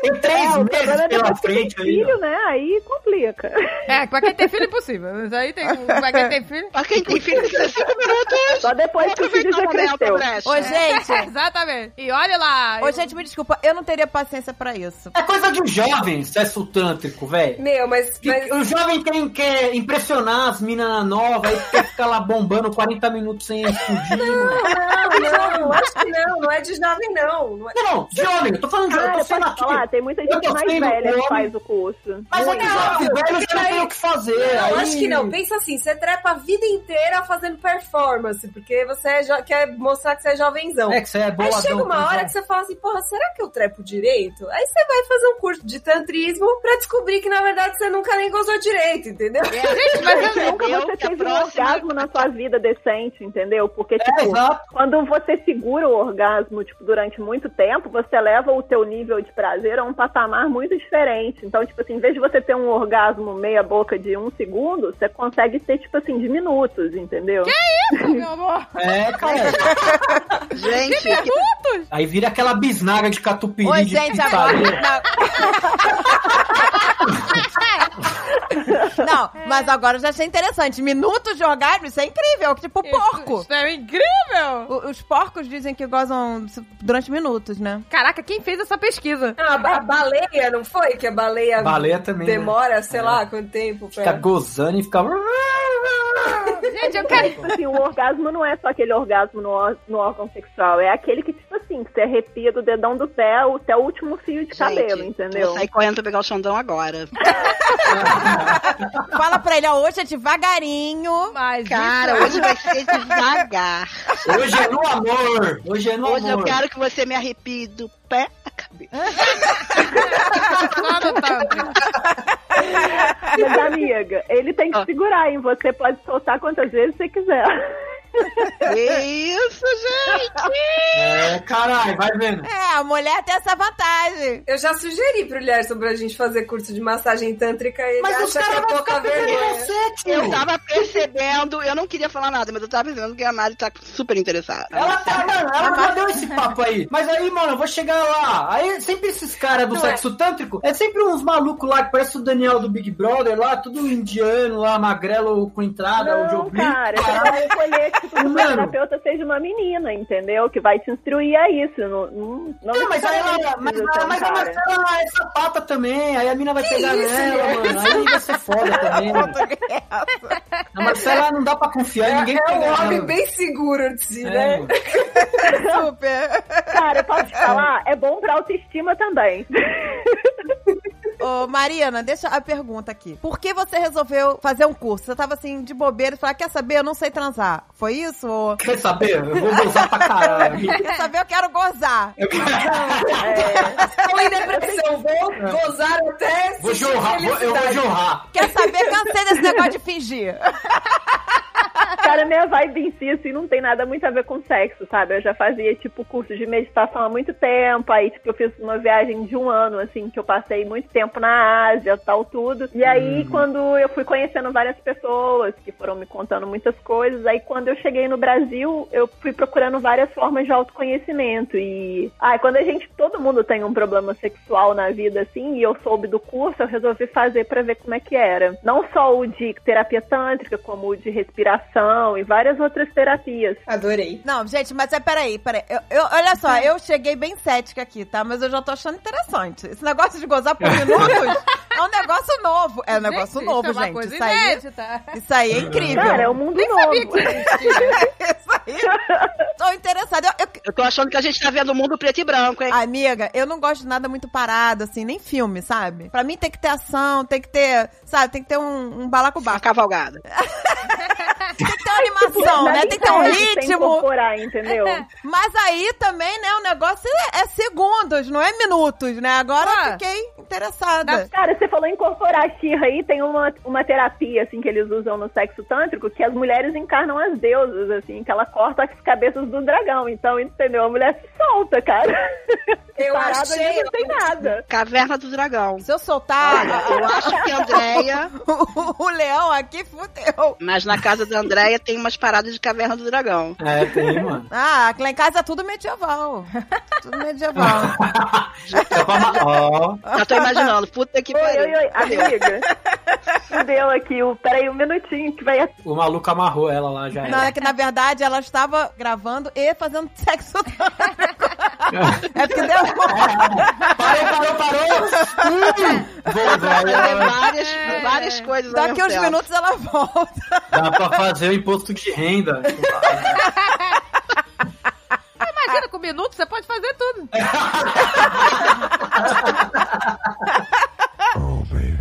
[SPEAKER 5] Tem
[SPEAKER 4] É,
[SPEAKER 5] três
[SPEAKER 4] o problema
[SPEAKER 5] meses pela
[SPEAKER 4] é depois que tem
[SPEAKER 5] frente aí. ó.
[SPEAKER 4] filho, né? Aí complica.
[SPEAKER 1] É, pra quem tem filho é impossível. Mas aí tem. um, Pra quem tem filho.
[SPEAKER 3] Pra quem tem filho, tem cinco minutos.
[SPEAKER 4] Só depois que o filho já cresceu.
[SPEAKER 3] brecha.
[SPEAKER 2] Ô,
[SPEAKER 1] É.
[SPEAKER 2] gente.
[SPEAKER 1] Exatamente. E olha lá.
[SPEAKER 2] Ô,
[SPEAKER 1] eu-
[SPEAKER 2] gente, me desculpa. Eu não teria paciência pra isso.
[SPEAKER 5] É coisa de jovem, sexo tântrico, é velho.
[SPEAKER 6] Meu, mas, mas
[SPEAKER 5] O jovem quer, quer impressionar as minas novas, aí quer ficar lá bombando 40 minutos sem explodir.
[SPEAKER 6] Não, não, acho que não. Não é de jovem, não. Não é-
[SPEAKER 5] Não, não, jovem, eu tô falando de jovem, eu
[SPEAKER 4] Ah,
[SPEAKER 5] tô
[SPEAKER 4] eu
[SPEAKER 5] sendo
[SPEAKER 4] posso
[SPEAKER 5] aqui.
[SPEAKER 4] falar, tem muita
[SPEAKER 5] Eu
[SPEAKER 4] gente
[SPEAKER 5] tô
[SPEAKER 4] mais
[SPEAKER 5] sendo
[SPEAKER 4] velha
[SPEAKER 5] homem.
[SPEAKER 4] que faz o curso.
[SPEAKER 6] Mas
[SPEAKER 5] Mas é
[SPEAKER 6] é
[SPEAKER 5] que
[SPEAKER 6] não,
[SPEAKER 5] jovem velho já não
[SPEAKER 6] peraí.
[SPEAKER 5] tem o que fazer.
[SPEAKER 6] Não,
[SPEAKER 5] aí-
[SPEAKER 6] acho que não. Pensa assim, você trepa a vida inteira fazendo performance, porque você é jo- quer mostrar que você é jovenzão.
[SPEAKER 5] É que você é
[SPEAKER 6] Aí
[SPEAKER 5] boladão.
[SPEAKER 6] chega uma
[SPEAKER 5] tá
[SPEAKER 6] hora que você fala assim, porra, será que eu trepo direito? Aí você vai fazer um curso de tantrismo pra descobrir que, na verdade, você nunca nem gozou direito, entendeu?
[SPEAKER 1] Gente, mas
[SPEAKER 5] é
[SPEAKER 1] eu
[SPEAKER 4] Nunca
[SPEAKER 3] Entendeu?
[SPEAKER 4] você
[SPEAKER 3] Que a
[SPEAKER 4] teve um
[SPEAKER 3] próxima-
[SPEAKER 4] orgasmo na sua vida decente, entendeu? Porque,
[SPEAKER 5] É,
[SPEAKER 4] tipo,
[SPEAKER 5] exato.
[SPEAKER 4] quando você segura o orgasmo, tipo, durante muito tempo, você leva o teu nível de prazer a um patamar muito diferente. Então, tipo assim, em vez de você ter um orgasmo meia boca de um segundo, você consegue ter, tipo assim, de minutos, entendeu?
[SPEAKER 1] não, meu amor.
[SPEAKER 5] É, cara.
[SPEAKER 3] Gente, que
[SPEAKER 5] Aí vira aquela bisnaga de catupiry
[SPEAKER 2] Oi,
[SPEAKER 5] de
[SPEAKER 2] gente, agora.
[SPEAKER 5] pizzaria.
[SPEAKER 2] Não. Não, mas agora eu já achei interessante. Minutos de orgasmo, isso é incrível. Tipo, porco.
[SPEAKER 1] Isso é incrível!
[SPEAKER 2] O- Os porcos dizem que gozam durante minutos, né?
[SPEAKER 1] Caraca, quem fez essa pesquisa?
[SPEAKER 6] Ah, a ba- a baleia, não foi? Que a baleia,
[SPEAKER 5] Baleia também, né?
[SPEAKER 6] é demora, sei lá, quanto tempo pra...
[SPEAKER 5] Fica gozando e fica...
[SPEAKER 1] Gente, eu quero.
[SPEAKER 4] Tipo assim, o orgasmo não é só aquele orgasmo no, ó- no órgão sexual, é aquele que, tipo assim, que você arrepia do dedão do pé até o último fio de cabelo,
[SPEAKER 3] gente,
[SPEAKER 4] entendeu?
[SPEAKER 3] Vou sair correndo pra pegar o Xandão agora.
[SPEAKER 2] Fala pra ele, ó, hoje é devagarinho.
[SPEAKER 1] Mas,
[SPEAKER 3] Cara, hoje vai ser devagar.
[SPEAKER 5] Hoje é no amor. Hoje é no
[SPEAKER 3] Hoje eu
[SPEAKER 5] amor.
[SPEAKER 3] quero que você me arrepie do pé à cabeça.
[SPEAKER 1] só no tanto.
[SPEAKER 4] Mas, amiga, ele tem que
[SPEAKER 3] Ah.
[SPEAKER 4] segurar, hein? Você pode soltar quantas vezes você quiser.
[SPEAKER 3] É Isso, gente!
[SPEAKER 5] É, caralho, vai vendo.
[SPEAKER 2] É, a mulher tem essa vantagem.
[SPEAKER 6] Eu já sugeri pro Lierson pra gente fazer curso de massagem tântrica e ele
[SPEAKER 5] Mas os
[SPEAKER 6] acha que
[SPEAKER 5] caras
[SPEAKER 6] é
[SPEAKER 5] vão
[SPEAKER 6] pouca
[SPEAKER 5] ficar pegando
[SPEAKER 6] vergonha.
[SPEAKER 5] você,
[SPEAKER 3] Eu
[SPEAKER 5] tio.
[SPEAKER 3] tava percebendo, eu não queria falar nada, mas eu tava percebendo que a Mari tá super interessada.
[SPEAKER 5] Ela tá, mano, ela já deu esse papo aí. Mas aí, mano, eu vou chegar lá. Aí sempre esses caras do
[SPEAKER 6] Não é.
[SPEAKER 5] sexo tântrico, é sempre uns malucos lá que parece o Daniel do Big Brother lá, tudo indiano lá, magrelo com entrada, ou de
[SPEAKER 4] Não,
[SPEAKER 5] oblíquo.
[SPEAKER 4] cara, você vai escolher que o
[SPEAKER 5] Mano.
[SPEAKER 4] terapeuta seja uma menina, entendeu? Que vai te instruir a isso. Não, não, não
[SPEAKER 5] Não, mas aí ela.
[SPEAKER 4] necessariamente
[SPEAKER 5] Mas,
[SPEAKER 4] precisa ser um
[SPEAKER 5] mas a
[SPEAKER 4] cara.
[SPEAKER 5] Marcela é sapata também, aí a mina vai pegar
[SPEAKER 6] isso,
[SPEAKER 5] nela, mano. Aí vai ser foda também. mano. A Marcela não dá pra confiar, em ninguém
[SPEAKER 6] É
[SPEAKER 5] pega
[SPEAKER 6] um
[SPEAKER 5] ela.
[SPEAKER 6] homem bem seguro de si,
[SPEAKER 5] É,
[SPEAKER 6] né?
[SPEAKER 5] mano.
[SPEAKER 2] Super.
[SPEAKER 4] Cara, eu posso te falar, é bom pra autoestima também.
[SPEAKER 2] Ô, Marina, deixa a pergunta aqui. Por que você resolveu fazer um curso? Você tava assim, de bobeira, e falou, quer saber? Eu não sei transar. Foi isso? Ou...
[SPEAKER 5] Quer saber? Eu vou gozar pra caralho.
[SPEAKER 2] Quer saber? Eu quero gozar.
[SPEAKER 6] Estão em depressão, vou gozar até.
[SPEAKER 5] Vou
[SPEAKER 6] sentir
[SPEAKER 5] jorrar, vou- eu vou
[SPEAKER 6] felicidade.
[SPEAKER 5] jorrar.
[SPEAKER 2] Quer saber? Cansei desse negócio de fingir.
[SPEAKER 4] Cara, minha vibe em si, assim, não tem nada muito a ver com sexo, sabe? Eu já fazia, tipo, curso de meditação há muito tempo. Aí, tipo, eu fiz uma viagem de um ano, assim, que eu passei muito tempo na Ásia, tal, tudo. E aí,
[SPEAKER 5] Uhum.
[SPEAKER 4] quando eu fui conhecendo várias pessoas que foram me contando muitas coisas, aí quando eu cheguei no Brasil, eu fui procurando várias formas de autoconhecimento. E, ai, quando a gente, todo mundo tem um problema sexual na vida, assim, e eu soube do curso, eu resolvi fazer pra ver como é que era. Não só o de terapia tântrica, como o de respiração e várias outras terapias.
[SPEAKER 6] Adorei.
[SPEAKER 2] Não, gente, mas é, peraí, peraí. Eu, eu- olha só,
[SPEAKER 1] É.
[SPEAKER 2] eu cheguei bem cética aqui, tá? Mas eu já tô achando interessante. Esse negócio de gozar por minutos é um negócio novo. É um negócio novo,
[SPEAKER 1] Isso é uma
[SPEAKER 2] gente.
[SPEAKER 1] coisa
[SPEAKER 2] isso, aí,
[SPEAKER 1] inédita.
[SPEAKER 2] isso aí é incrível.
[SPEAKER 4] Cara, é um mundo
[SPEAKER 1] Nem sabia
[SPEAKER 4] novo.
[SPEAKER 1] que existia.
[SPEAKER 2] Isso aí. Tô interessada. Eu- eu-
[SPEAKER 3] Eu tô achando que a gente tá vendo o mundo preto e branco, hein?
[SPEAKER 2] amiga, eu não gosto de nada muito parado, assim, nem filme, sabe? Pra mim tem que ter ação, tem que ter, sabe, tem que ter um, um
[SPEAKER 3] Uma
[SPEAKER 2] balacobaco.
[SPEAKER 3] cavalgada.
[SPEAKER 2] Tem que ter uma animação, né? Tem que ter um
[SPEAKER 4] Sem
[SPEAKER 2] ritmo.
[SPEAKER 4] incorporar, entendeu?
[SPEAKER 2] Mas aí também, né, o negócio é, é segundos, não é minutos, né? Agora
[SPEAKER 1] Ah.
[SPEAKER 2] eu fiquei interessada.
[SPEAKER 4] Cara, você falou incorporar a Xirra aí, tem uma, uma terapia, assim, que eles usam no sexo tântrico, que as mulheres encarnam as deusas, assim, que ela corta as cabeças do dragão. Então, entendeu? A mulher se solta, cara.
[SPEAKER 6] Eu
[SPEAKER 4] Parado ali
[SPEAKER 6] achei.
[SPEAKER 4] não tem nada.
[SPEAKER 3] Caverna do Dragão.
[SPEAKER 2] Se eu soltar
[SPEAKER 3] Eu acho que a Andréia,
[SPEAKER 2] o, o leão aqui, fudeu.
[SPEAKER 3] mas na casa da Andréia tem umas paradas de Caverna do Dragão.
[SPEAKER 5] É, tem, mano.
[SPEAKER 2] Ah, lá em casa é tudo medieval. Tudo medieval.
[SPEAKER 5] Só pra ma- Ó.
[SPEAKER 3] Já tô imaginando, puta que
[SPEAKER 4] Oi, oi,
[SPEAKER 3] pariu.
[SPEAKER 4] oi, amiga. Fudeu aqui, o, peraí um minutinho que vai...
[SPEAKER 5] O maluco amarrou
[SPEAKER 6] é
[SPEAKER 5] ela lá já.
[SPEAKER 2] Não, é que na verdade ela estava gravando e fazendo sexo. É porque deu.
[SPEAKER 6] tá-
[SPEAKER 5] Parou, parou, parou! Hum, vou,
[SPEAKER 3] Fazer
[SPEAKER 5] vai,
[SPEAKER 3] várias, várias coisas ao
[SPEAKER 2] Daqui a
[SPEAKER 3] mesmo
[SPEAKER 2] uns
[SPEAKER 3] tempo.
[SPEAKER 2] minutos ela volta.
[SPEAKER 5] Dá pra fazer o imposto de renda.
[SPEAKER 1] Imagina, com minutos você pode fazer tudo.
[SPEAKER 7] Oh, baby.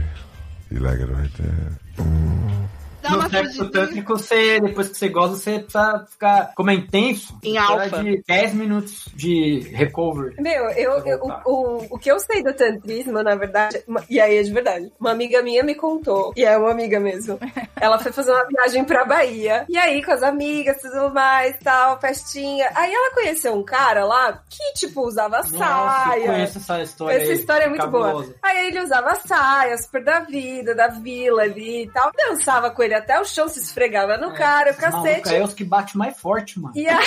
[SPEAKER 7] You like it right there? Mm.
[SPEAKER 3] Dá
[SPEAKER 5] no
[SPEAKER 3] uma
[SPEAKER 5] sexo
[SPEAKER 3] fugidinha.
[SPEAKER 5] tântrico, você, depois que você goza, você precisa ficar, como é intenso,
[SPEAKER 3] Em
[SPEAKER 5] precisa
[SPEAKER 3] alfa.
[SPEAKER 5] de 10 minutos de recovery.
[SPEAKER 6] Meu, eu, eu- o, o, o que eu sei do tantrismo, na verdade, uma- e aí é de verdade, uma amiga minha me contou, e é uma amiga mesmo. Ela foi fazer uma viagem pra Bahia, e aí com as amigas, tudo mais, tal, festinha. Aí ela conheceu um cara lá que, tipo, usava
[SPEAKER 5] Nossa, eu
[SPEAKER 6] saia.
[SPEAKER 5] conheço essa história
[SPEAKER 6] Essa
[SPEAKER 5] aí,
[SPEAKER 6] história é muito
[SPEAKER 5] cabulosa.
[SPEAKER 6] boa. Aí ele usava saia, super da vida, da vila ali e tal. Dançava com ele até o chão, se esfregava no cara, o
[SPEAKER 5] Esse maluco
[SPEAKER 6] cacete.
[SPEAKER 5] aí é os que bate mais forte, mano.
[SPEAKER 6] E aí,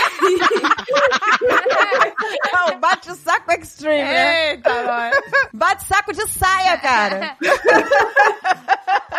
[SPEAKER 2] Não, bate o saco extreme,
[SPEAKER 1] É.
[SPEAKER 2] né?
[SPEAKER 1] Eita, nós.
[SPEAKER 2] Bate saco de saia, cara.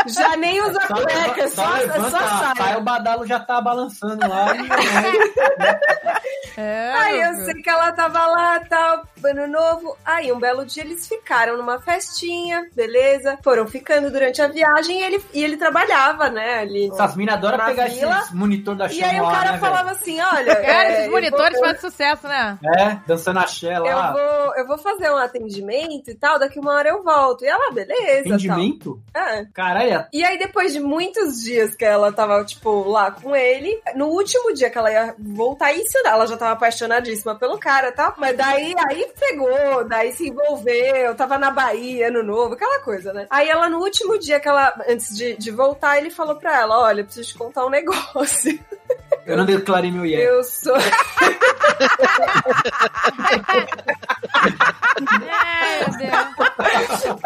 [SPEAKER 6] já nem usa
[SPEAKER 5] Só
[SPEAKER 6] cueca,
[SPEAKER 5] leva-
[SPEAKER 6] só, só,
[SPEAKER 5] levanta a
[SPEAKER 6] saia.
[SPEAKER 5] saia, o badalo já tá balançando lá.
[SPEAKER 1] É,
[SPEAKER 6] Aí
[SPEAKER 1] meu
[SPEAKER 6] eu
[SPEAKER 1] Deus.
[SPEAKER 6] sei que ela tava lá, tal, ano novo. Aí um belo dia eles ficaram numa festinha, beleza? Foram ficando durante a viagem e ele, e ele trabalhava, né? Ali.
[SPEAKER 5] Essas minas adoram
[SPEAKER 6] Na
[SPEAKER 5] pegar
[SPEAKER 6] vila.
[SPEAKER 5] esses monitor da
[SPEAKER 6] E
[SPEAKER 5] Xé
[SPEAKER 6] aí o
[SPEAKER 5] tá lá,
[SPEAKER 6] cara
[SPEAKER 5] né,
[SPEAKER 6] falava assim: olha.
[SPEAKER 1] Cara,
[SPEAKER 6] é,
[SPEAKER 1] esses
[SPEAKER 6] eu
[SPEAKER 1] monitores
[SPEAKER 6] vou-
[SPEAKER 1] fazem sucesso, né?
[SPEAKER 5] velho? É, dançando a Xé
[SPEAKER 6] eu
[SPEAKER 5] lá.
[SPEAKER 6] vou, eu vou fazer um atendimento e tal, daqui uma hora eu volto. E ela, beleza. tal.
[SPEAKER 5] Rendimento?
[SPEAKER 6] É.
[SPEAKER 5] Caralho,
[SPEAKER 6] E aí, depois de muitos dias que ela tava, tipo, lá com ele, no último dia que ela ia voltar, isso ela já tava apaixonadíssima pelo cara e tal. Mas daí, aí pegou, daí se envolveu, tava na Bahia, ano novo, aquela coisa, né? Aí ela, no último dia que ela, antes de, de voltar, ele falou pra ela: Olha, eu preciso te contar um negócio.
[SPEAKER 5] eu não declarei meu IR.
[SPEAKER 6] Eu sou.
[SPEAKER 1] É, meu Deus.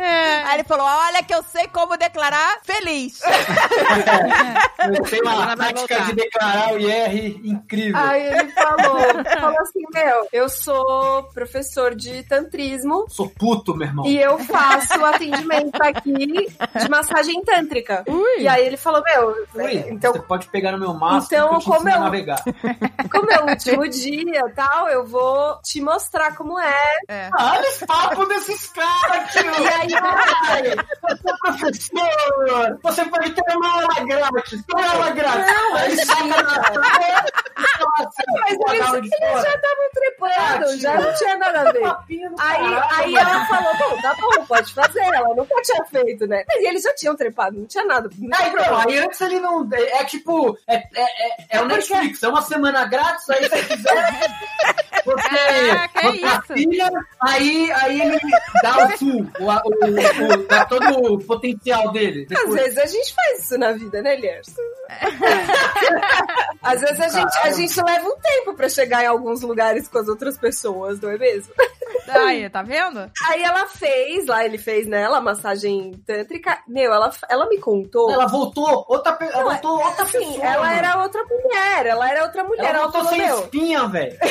[SPEAKER 1] É.
[SPEAKER 2] Aí ele falou: Olha, que eu sei como declarar feliz.
[SPEAKER 1] É,
[SPEAKER 5] Eu tenho uma
[SPEAKER 3] Ela vai
[SPEAKER 5] tática
[SPEAKER 3] voltar.
[SPEAKER 5] de declarar o IR incrível.
[SPEAKER 6] Aí ele falou, falou assim, meu, eu sou professor de tantrismo
[SPEAKER 5] Sou puto, meu irmão.
[SPEAKER 6] e eu faço atendimento aqui de massagem tântrica.
[SPEAKER 1] Ui.
[SPEAKER 6] E aí ele falou, meu,
[SPEAKER 5] Ui,
[SPEAKER 6] então
[SPEAKER 5] você pode pegar no meu mastro
[SPEAKER 6] Então,
[SPEAKER 5] que eu te
[SPEAKER 6] como
[SPEAKER 5] ensino a
[SPEAKER 6] eu-
[SPEAKER 5] navegar.
[SPEAKER 6] como é o último dia e tal, eu vou te mostrar como é.
[SPEAKER 5] Ah, Olha os papos desses caras, tio!
[SPEAKER 6] E aí, ah,
[SPEAKER 5] Ai, você é professor! Você pode ter uma aula grátis! Tem aula grátis! Aí saca na
[SPEAKER 6] mas eles,
[SPEAKER 5] Mas é
[SPEAKER 6] eles já estavam trepando, já não tinha nada a ver. Aí, é aí ela falou, bom, tá bom, pode fazer. Ela nunca tinha feito, né? Mas eles já tinham trepado, não tinha nada. Não tinha
[SPEAKER 5] Ah, então,
[SPEAKER 6] problema.
[SPEAKER 5] aí antes ele não. É, é tipo. É, é, é, é o Netflix, é uma semana grátis, aí você quiser. Você,
[SPEAKER 1] Caraca, é
[SPEAKER 5] você
[SPEAKER 1] isso.
[SPEAKER 5] assina, aí, aí ele dá o full, o, o- o- o- dá todo o potencial dele.
[SPEAKER 6] Às
[SPEAKER 5] Depois,
[SPEAKER 6] vezes a gente faz isso na vida, né, Elias?
[SPEAKER 5] É.
[SPEAKER 6] Às vezes a gente, a gente leva um tempo pra chegar em alguns lugares com as outras pessoas, não é mesmo?
[SPEAKER 1] Aí, tá vendo?
[SPEAKER 6] Aí ela fez, lá ele fez nela a massagem tântrica. Meu, ela, ela me contou.
[SPEAKER 5] ela voltou, outra, pe- ela
[SPEAKER 6] Não, é-
[SPEAKER 5] voltou outra
[SPEAKER 6] assim,
[SPEAKER 5] pessoa.
[SPEAKER 6] ela
[SPEAKER 5] mano.
[SPEAKER 6] era outra mulher, ela era outra mulher.
[SPEAKER 5] Ela
[SPEAKER 6] Ela,
[SPEAKER 5] voltou
[SPEAKER 6] falou,
[SPEAKER 5] sem
[SPEAKER 6] meu,
[SPEAKER 5] espinha, velho.
[SPEAKER 1] é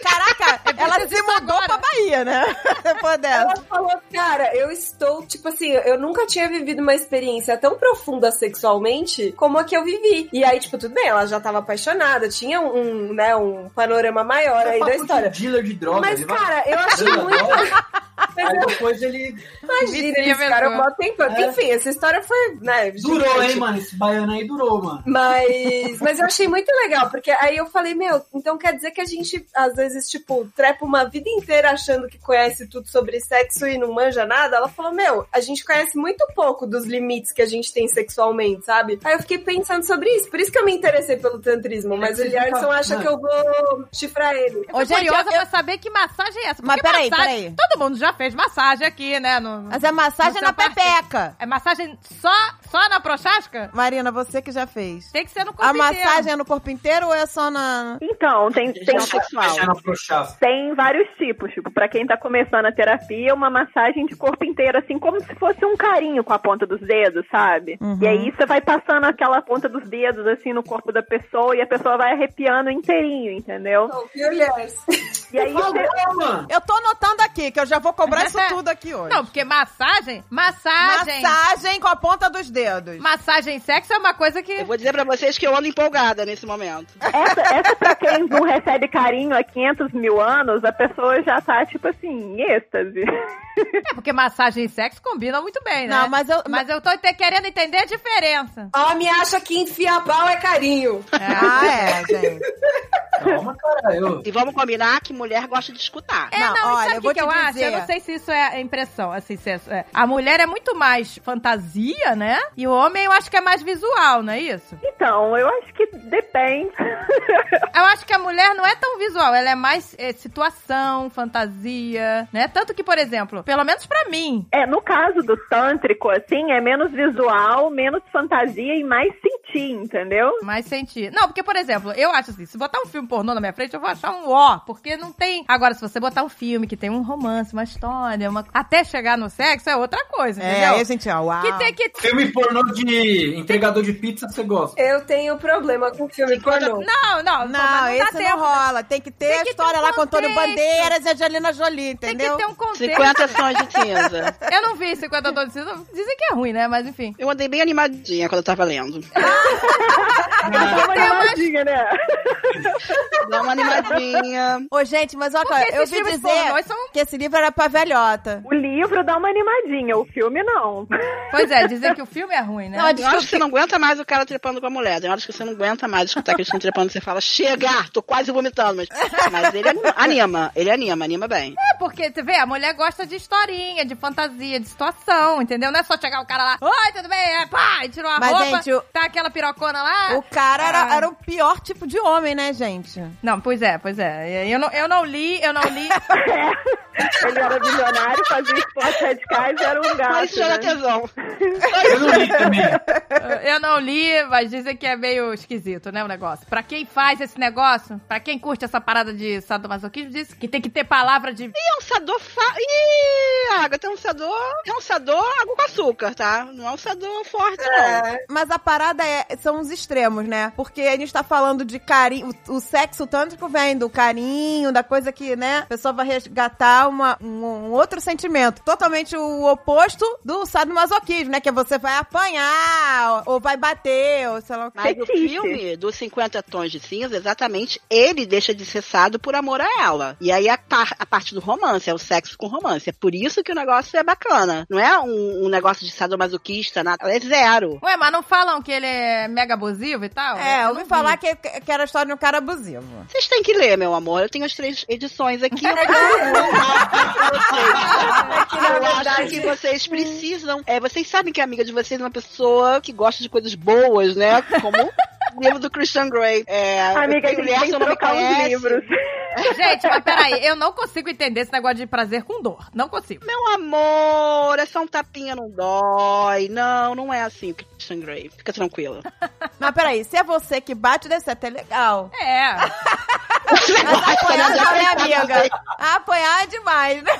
[SPEAKER 2] Caraca, ela se
[SPEAKER 1] tá
[SPEAKER 2] mudou pra Bahia, né? Depois dela.
[SPEAKER 6] ela falou, cara, eu estou, tipo assim, eu nunca tinha vivido uma experiência tão profunda sexualmente como a que eu vivi. E aí, tipo, tudo bem, ela já tava apaixonada, tinha um, um, né, um panorama maior aí
[SPEAKER 5] Papo
[SPEAKER 6] da
[SPEAKER 5] de né?
[SPEAKER 6] história.
[SPEAKER 5] Dealer de droga.
[SPEAKER 6] Mas,
[SPEAKER 5] ele vai-
[SPEAKER 6] cara, eu achei
[SPEAKER 5] Dealer de
[SPEAKER 6] muito.
[SPEAKER 5] droga, Aí depois ele.
[SPEAKER 6] Imagina,
[SPEAKER 1] Vicia
[SPEAKER 6] eles ficaram
[SPEAKER 1] mesmo.
[SPEAKER 6] mó tempo.
[SPEAKER 5] É.
[SPEAKER 6] Enfim, essa história foi, né?
[SPEAKER 5] Durou,
[SPEAKER 6] gigante.
[SPEAKER 5] hein, mano? Esse baiano aí durou, mano.
[SPEAKER 6] Mas, mas eu achei muito legal, porque aí eu falei, meu, então quer dizer que a gente, às vezes, tipo, trepa uma vida inteira achando que conhece tudo sobre sexo e não manja nada? Ela falou, meu, a gente conhece muito pouco dos limites que a gente tem sexualmente, sabe? Aí eu fiquei pensando sobre isso, por isso que eu me interessei pelo tantrismo, mas o Jarson
[SPEAKER 4] Tipo,
[SPEAKER 6] acha que eu vou chifrar ele.
[SPEAKER 1] Eu tô
[SPEAKER 2] Ô, gente,
[SPEAKER 1] curiosa
[SPEAKER 2] eu-
[SPEAKER 1] pra saber que massagem é essa.
[SPEAKER 2] Mas
[SPEAKER 1] Porque
[SPEAKER 2] peraí,
[SPEAKER 1] massagem-
[SPEAKER 2] peraí.
[SPEAKER 1] Todo mundo já fez massagem aqui, né? No...
[SPEAKER 2] Mas a massagem é
[SPEAKER 1] No seu
[SPEAKER 2] na
[SPEAKER 1] parque.
[SPEAKER 2] pepeca.
[SPEAKER 1] É massagem só, só na prochasca?
[SPEAKER 2] Marina, você que já fez.
[SPEAKER 1] Tem que ser no corpo
[SPEAKER 2] A
[SPEAKER 1] inteiro.
[SPEAKER 2] massagem é no corpo inteiro ou é só na.
[SPEAKER 4] Então, tem, tem,
[SPEAKER 3] Gestão sexual.
[SPEAKER 5] Deixando afrouxar.
[SPEAKER 4] tem vários tipos. Tipo, pra quem tá começando a terapia, uma massagem de corpo inteiro, assim, como se fosse um carinho com a ponta dos dedos, sabe? E aí você vai passando aquela ponta dos dedos, assim, no corpo da pessoa e a pessoa vai arrepiando inteirinho, entendeu?
[SPEAKER 6] Não, que olhares.
[SPEAKER 4] E aí você-
[SPEAKER 5] Falou, mano.
[SPEAKER 2] Eu tô anotando aqui, que eu já vou cobrar isso tudo aqui hoje.
[SPEAKER 1] Não, porque massagem, massagem, massagem,
[SPEAKER 2] Massagem com a ponta dos dedos.
[SPEAKER 1] sexo é uma coisa que
[SPEAKER 3] Eu vou dizer pra vocês que eu ando empolgada nesse momento.
[SPEAKER 4] Essa, essa pra quem não recebe carinho há 500 mil anos, a pessoa já tá, tipo assim, em êxtase.
[SPEAKER 1] é porque massagem e sexo combinam muito bem, né?
[SPEAKER 2] Não, mas eu-
[SPEAKER 1] mas eu tô te- querendo entender a diferença.
[SPEAKER 6] Homem acha que enfiar pau é carinho.
[SPEAKER 2] Ah, é, gente.
[SPEAKER 5] Calma, cara. Eu...
[SPEAKER 3] E vamos combinar que mulher gosta de escutar.
[SPEAKER 1] É,
[SPEAKER 2] Não,
[SPEAKER 1] não, e
[SPEAKER 2] olha,
[SPEAKER 1] sabe
[SPEAKER 2] eu
[SPEAKER 1] o
[SPEAKER 2] vou
[SPEAKER 1] que, que
[SPEAKER 2] te
[SPEAKER 1] eu acho?
[SPEAKER 2] dizer.
[SPEAKER 1] Eu não sei se isso é a impressão, assim, se é- é. A mulher é muito mais fantasia, né? E o homem eu acho que é mais visual, não é isso?
[SPEAKER 4] Então, eu acho que depende.
[SPEAKER 1] Eu acho que a mulher não é tão visual, ela é mais é, situação, fantasia, né? Tanto que, por exemplo, pelo menos pra mim,
[SPEAKER 4] É, no caso do tântrico, assim, é menos visual, menos fantasia e mais sentir, entendeu?
[SPEAKER 1] mais sentir. Não, porque, por exemplo, eu acho assim, se botar um filme pornô na minha frente, eu vou achar um ó, porque não tem... Agora, se você botar um filme que tem um romance, uma história, uma... até chegar no sexo, é outra coisa,
[SPEAKER 2] É,
[SPEAKER 1] entendeu?
[SPEAKER 2] aí a gente, ó, uau.
[SPEAKER 1] Que tem que...
[SPEAKER 5] Filme pornô de entregador de pizza, você gosta.
[SPEAKER 6] Eu tenho problema com filme pornô.
[SPEAKER 1] Não, não, pô, mas
[SPEAKER 2] Não,
[SPEAKER 1] dá
[SPEAKER 2] esse
[SPEAKER 1] tempo, né?
[SPEAKER 2] não rola. Tem que ter
[SPEAKER 1] Tem
[SPEAKER 2] a
[SPEAKER 1] que ter
[SPEAKER 2] história
[SPEAKER 1] um
[SPEAKER 2] lá com Antônio
[SPEAKER 1] contexto.
[SPEAKER 2] Bandeiras e Angelina Jolie,
[SPEAKER 1] Tem
[SPEAKER 2] entendeu?
[SPEAKER 1] que ter um contexto.
[SPEAKER 3] 50 sons de cinza.
[SPEAKER 1] Eu não vi 50 tons de cinza. Dizem que é ruim, né? Mas enfim.
[SPEAKER 3] Eu andei bem animadinha quando eu tava lendo.
[SPEAKER 4] Dá uma animadinha, né?
[SPEAKER 3] Dá uma animadinha.
[SPEAKER 2] Ô, gente, mas olha,
[SPEAKER 1] Porque
[SPEAKER 2] eu
[SPEAKER 1] esses
[SPEAKER 2] vi
[SPEAKER 1] filmes
[SPEAKER 2] dizer
[SPEAKER 1] pornôs são-
[SPEAKER 2] que esse livro era pra velhota.
[SPEAKER 4] O livro dá uma animadinha, o filme não.
[SPEAKER 1] Pois é, dizem que o filme é ruim, né?
[SPEAKER 2] Não,
[SPEAKER 3] Tem horas que você não aguenta mais o cara trepando com a mulher. Tem horas que você não aguenta mais escutar que eles estão trepando. Você fala, chega, tô quase vomitando. Mas, mas ele anima, ele anima, anima bem.
[SPEAKER 1] É porque, você vê, a mulher gosta de historinha, de fantasia, de situação, entendeu? Não é só chegar o cara lá, oi, tudo bem? É, pá, e tirou a
[SPEAKER 2] Mas,
[SPEAKER 1] roupa,
[SPEAKER 2] gente, o-
[SPEAKER 1] tá aquela pirocona lá.
[SPEAKER 2] O cara era,
[SPEAKER 1] Ah.
[SPEAKER 2] era o pior tipo de homem, né, gente?
[SPEAKER 1] Não, pois é, pois é. Eu não, eu não li, eu não li.
[SPEAKER 4] É. Ele era bilionário, fazia esporte radicais e era um gato.
[SPEAKER 3] Mas chora
[SPEAKER 4] né?
[SPEAKER 3] tesão.
[SPEAKER 5] Eu não li também.
[SPEAKER 1] eu não li, mas dizem que é meio esquisito, né, o negócio. Pra quem faz esse negócio, pra quem curte essa parada de sadomasoquismo, diz que tem que ter palavra de...
[SPEAKER 3] E é um sador. Fa... Ih, Agatha, é um sador. É um sador água com açúcar, tá? Não é um sador forte, não.
[SPEAKER 6] É.
[SPEAKER 2] Mas a parada é, são os extremos, né? Porque a gente tá falando de carinho. O, o sexo tântrico vem do carinho, da coisa que, né? A pessoa vai resgatar uma, um, um outro sentimento. Totalmente o oposto do sadomasoquismo, né? Que é você vai apanhar, ou, ou vai bater, ou sei lá o que.
[SPEAKER 3] Mas o
[SPEAKER 4] Fetiche.
[SPEAKER 3] filme dos 50 tons de cinza, exatamente, ele deixa de ser sado por amor a ela. E aí a, par- a parte do romance, é o sexo com romance. É por isso que o negócio é bacana. Não é um, um negócio de sadomasoquista, nada. É zero.
[SPEAKER 1] Ué, mas não falam que ele é mega abusivo e tal?
[SPEAKER 2] É, eu
[SPEAKER 1] não
[SPEAKER 2] ouvi
[SPEAKER 1] vi.
[SPEAKER 2] falar que, que era a história de um cara abusivo.
[SPEAKER 3] Vocês têm que ler, meu amor. Eu tenho as três edições aqui. Eu,
[SPEAKER 4] Ah,
[SPEAKER 3] eu acho que vocês precisam. É, vocês sabem que a amiga de vocês é uma pessoa que gosta de coisas boas, né? Como o livro do Christian Grey. É,
[SPEAKER 4] Amiga, a
[SPEAKER 3] que
[SPEAKER 4] gente
[SPEAKER 3] mulher
[SPEAKER 4] tem
[SPEAKER 3] só
[SPEAKER 4] que
[SPEAKER 3] não me
[SPEAKER 4] trocar uns
[SPEAKER 3] conhece.
[SPEAKER 4] livros.
[SPEAKER 1] Gente, mas peraí, eu não consigo entender esse negócio de prazer com dor. Não consigo.
[SPEAKER 3] Meu amor, é só um tapinha, não dói. Não, não é assim, Christian Grey. Fica tranquila.
[SPEAKER 2] Mas peraí, se é você que bate, deve ser até legal.
[SPEAKER 1] É.
[SPEAKER 3] Você
[SPEAKER 2] Mas
[SPEAKER 3] gosta,
[SPEAKER 2] apanhar
[SPEAKER 3] né?
[SPEAKER 2] já é,
[SPEAKER 3] Deve ser
[SPEAKER 2] amiga. Apanhar é demais, né?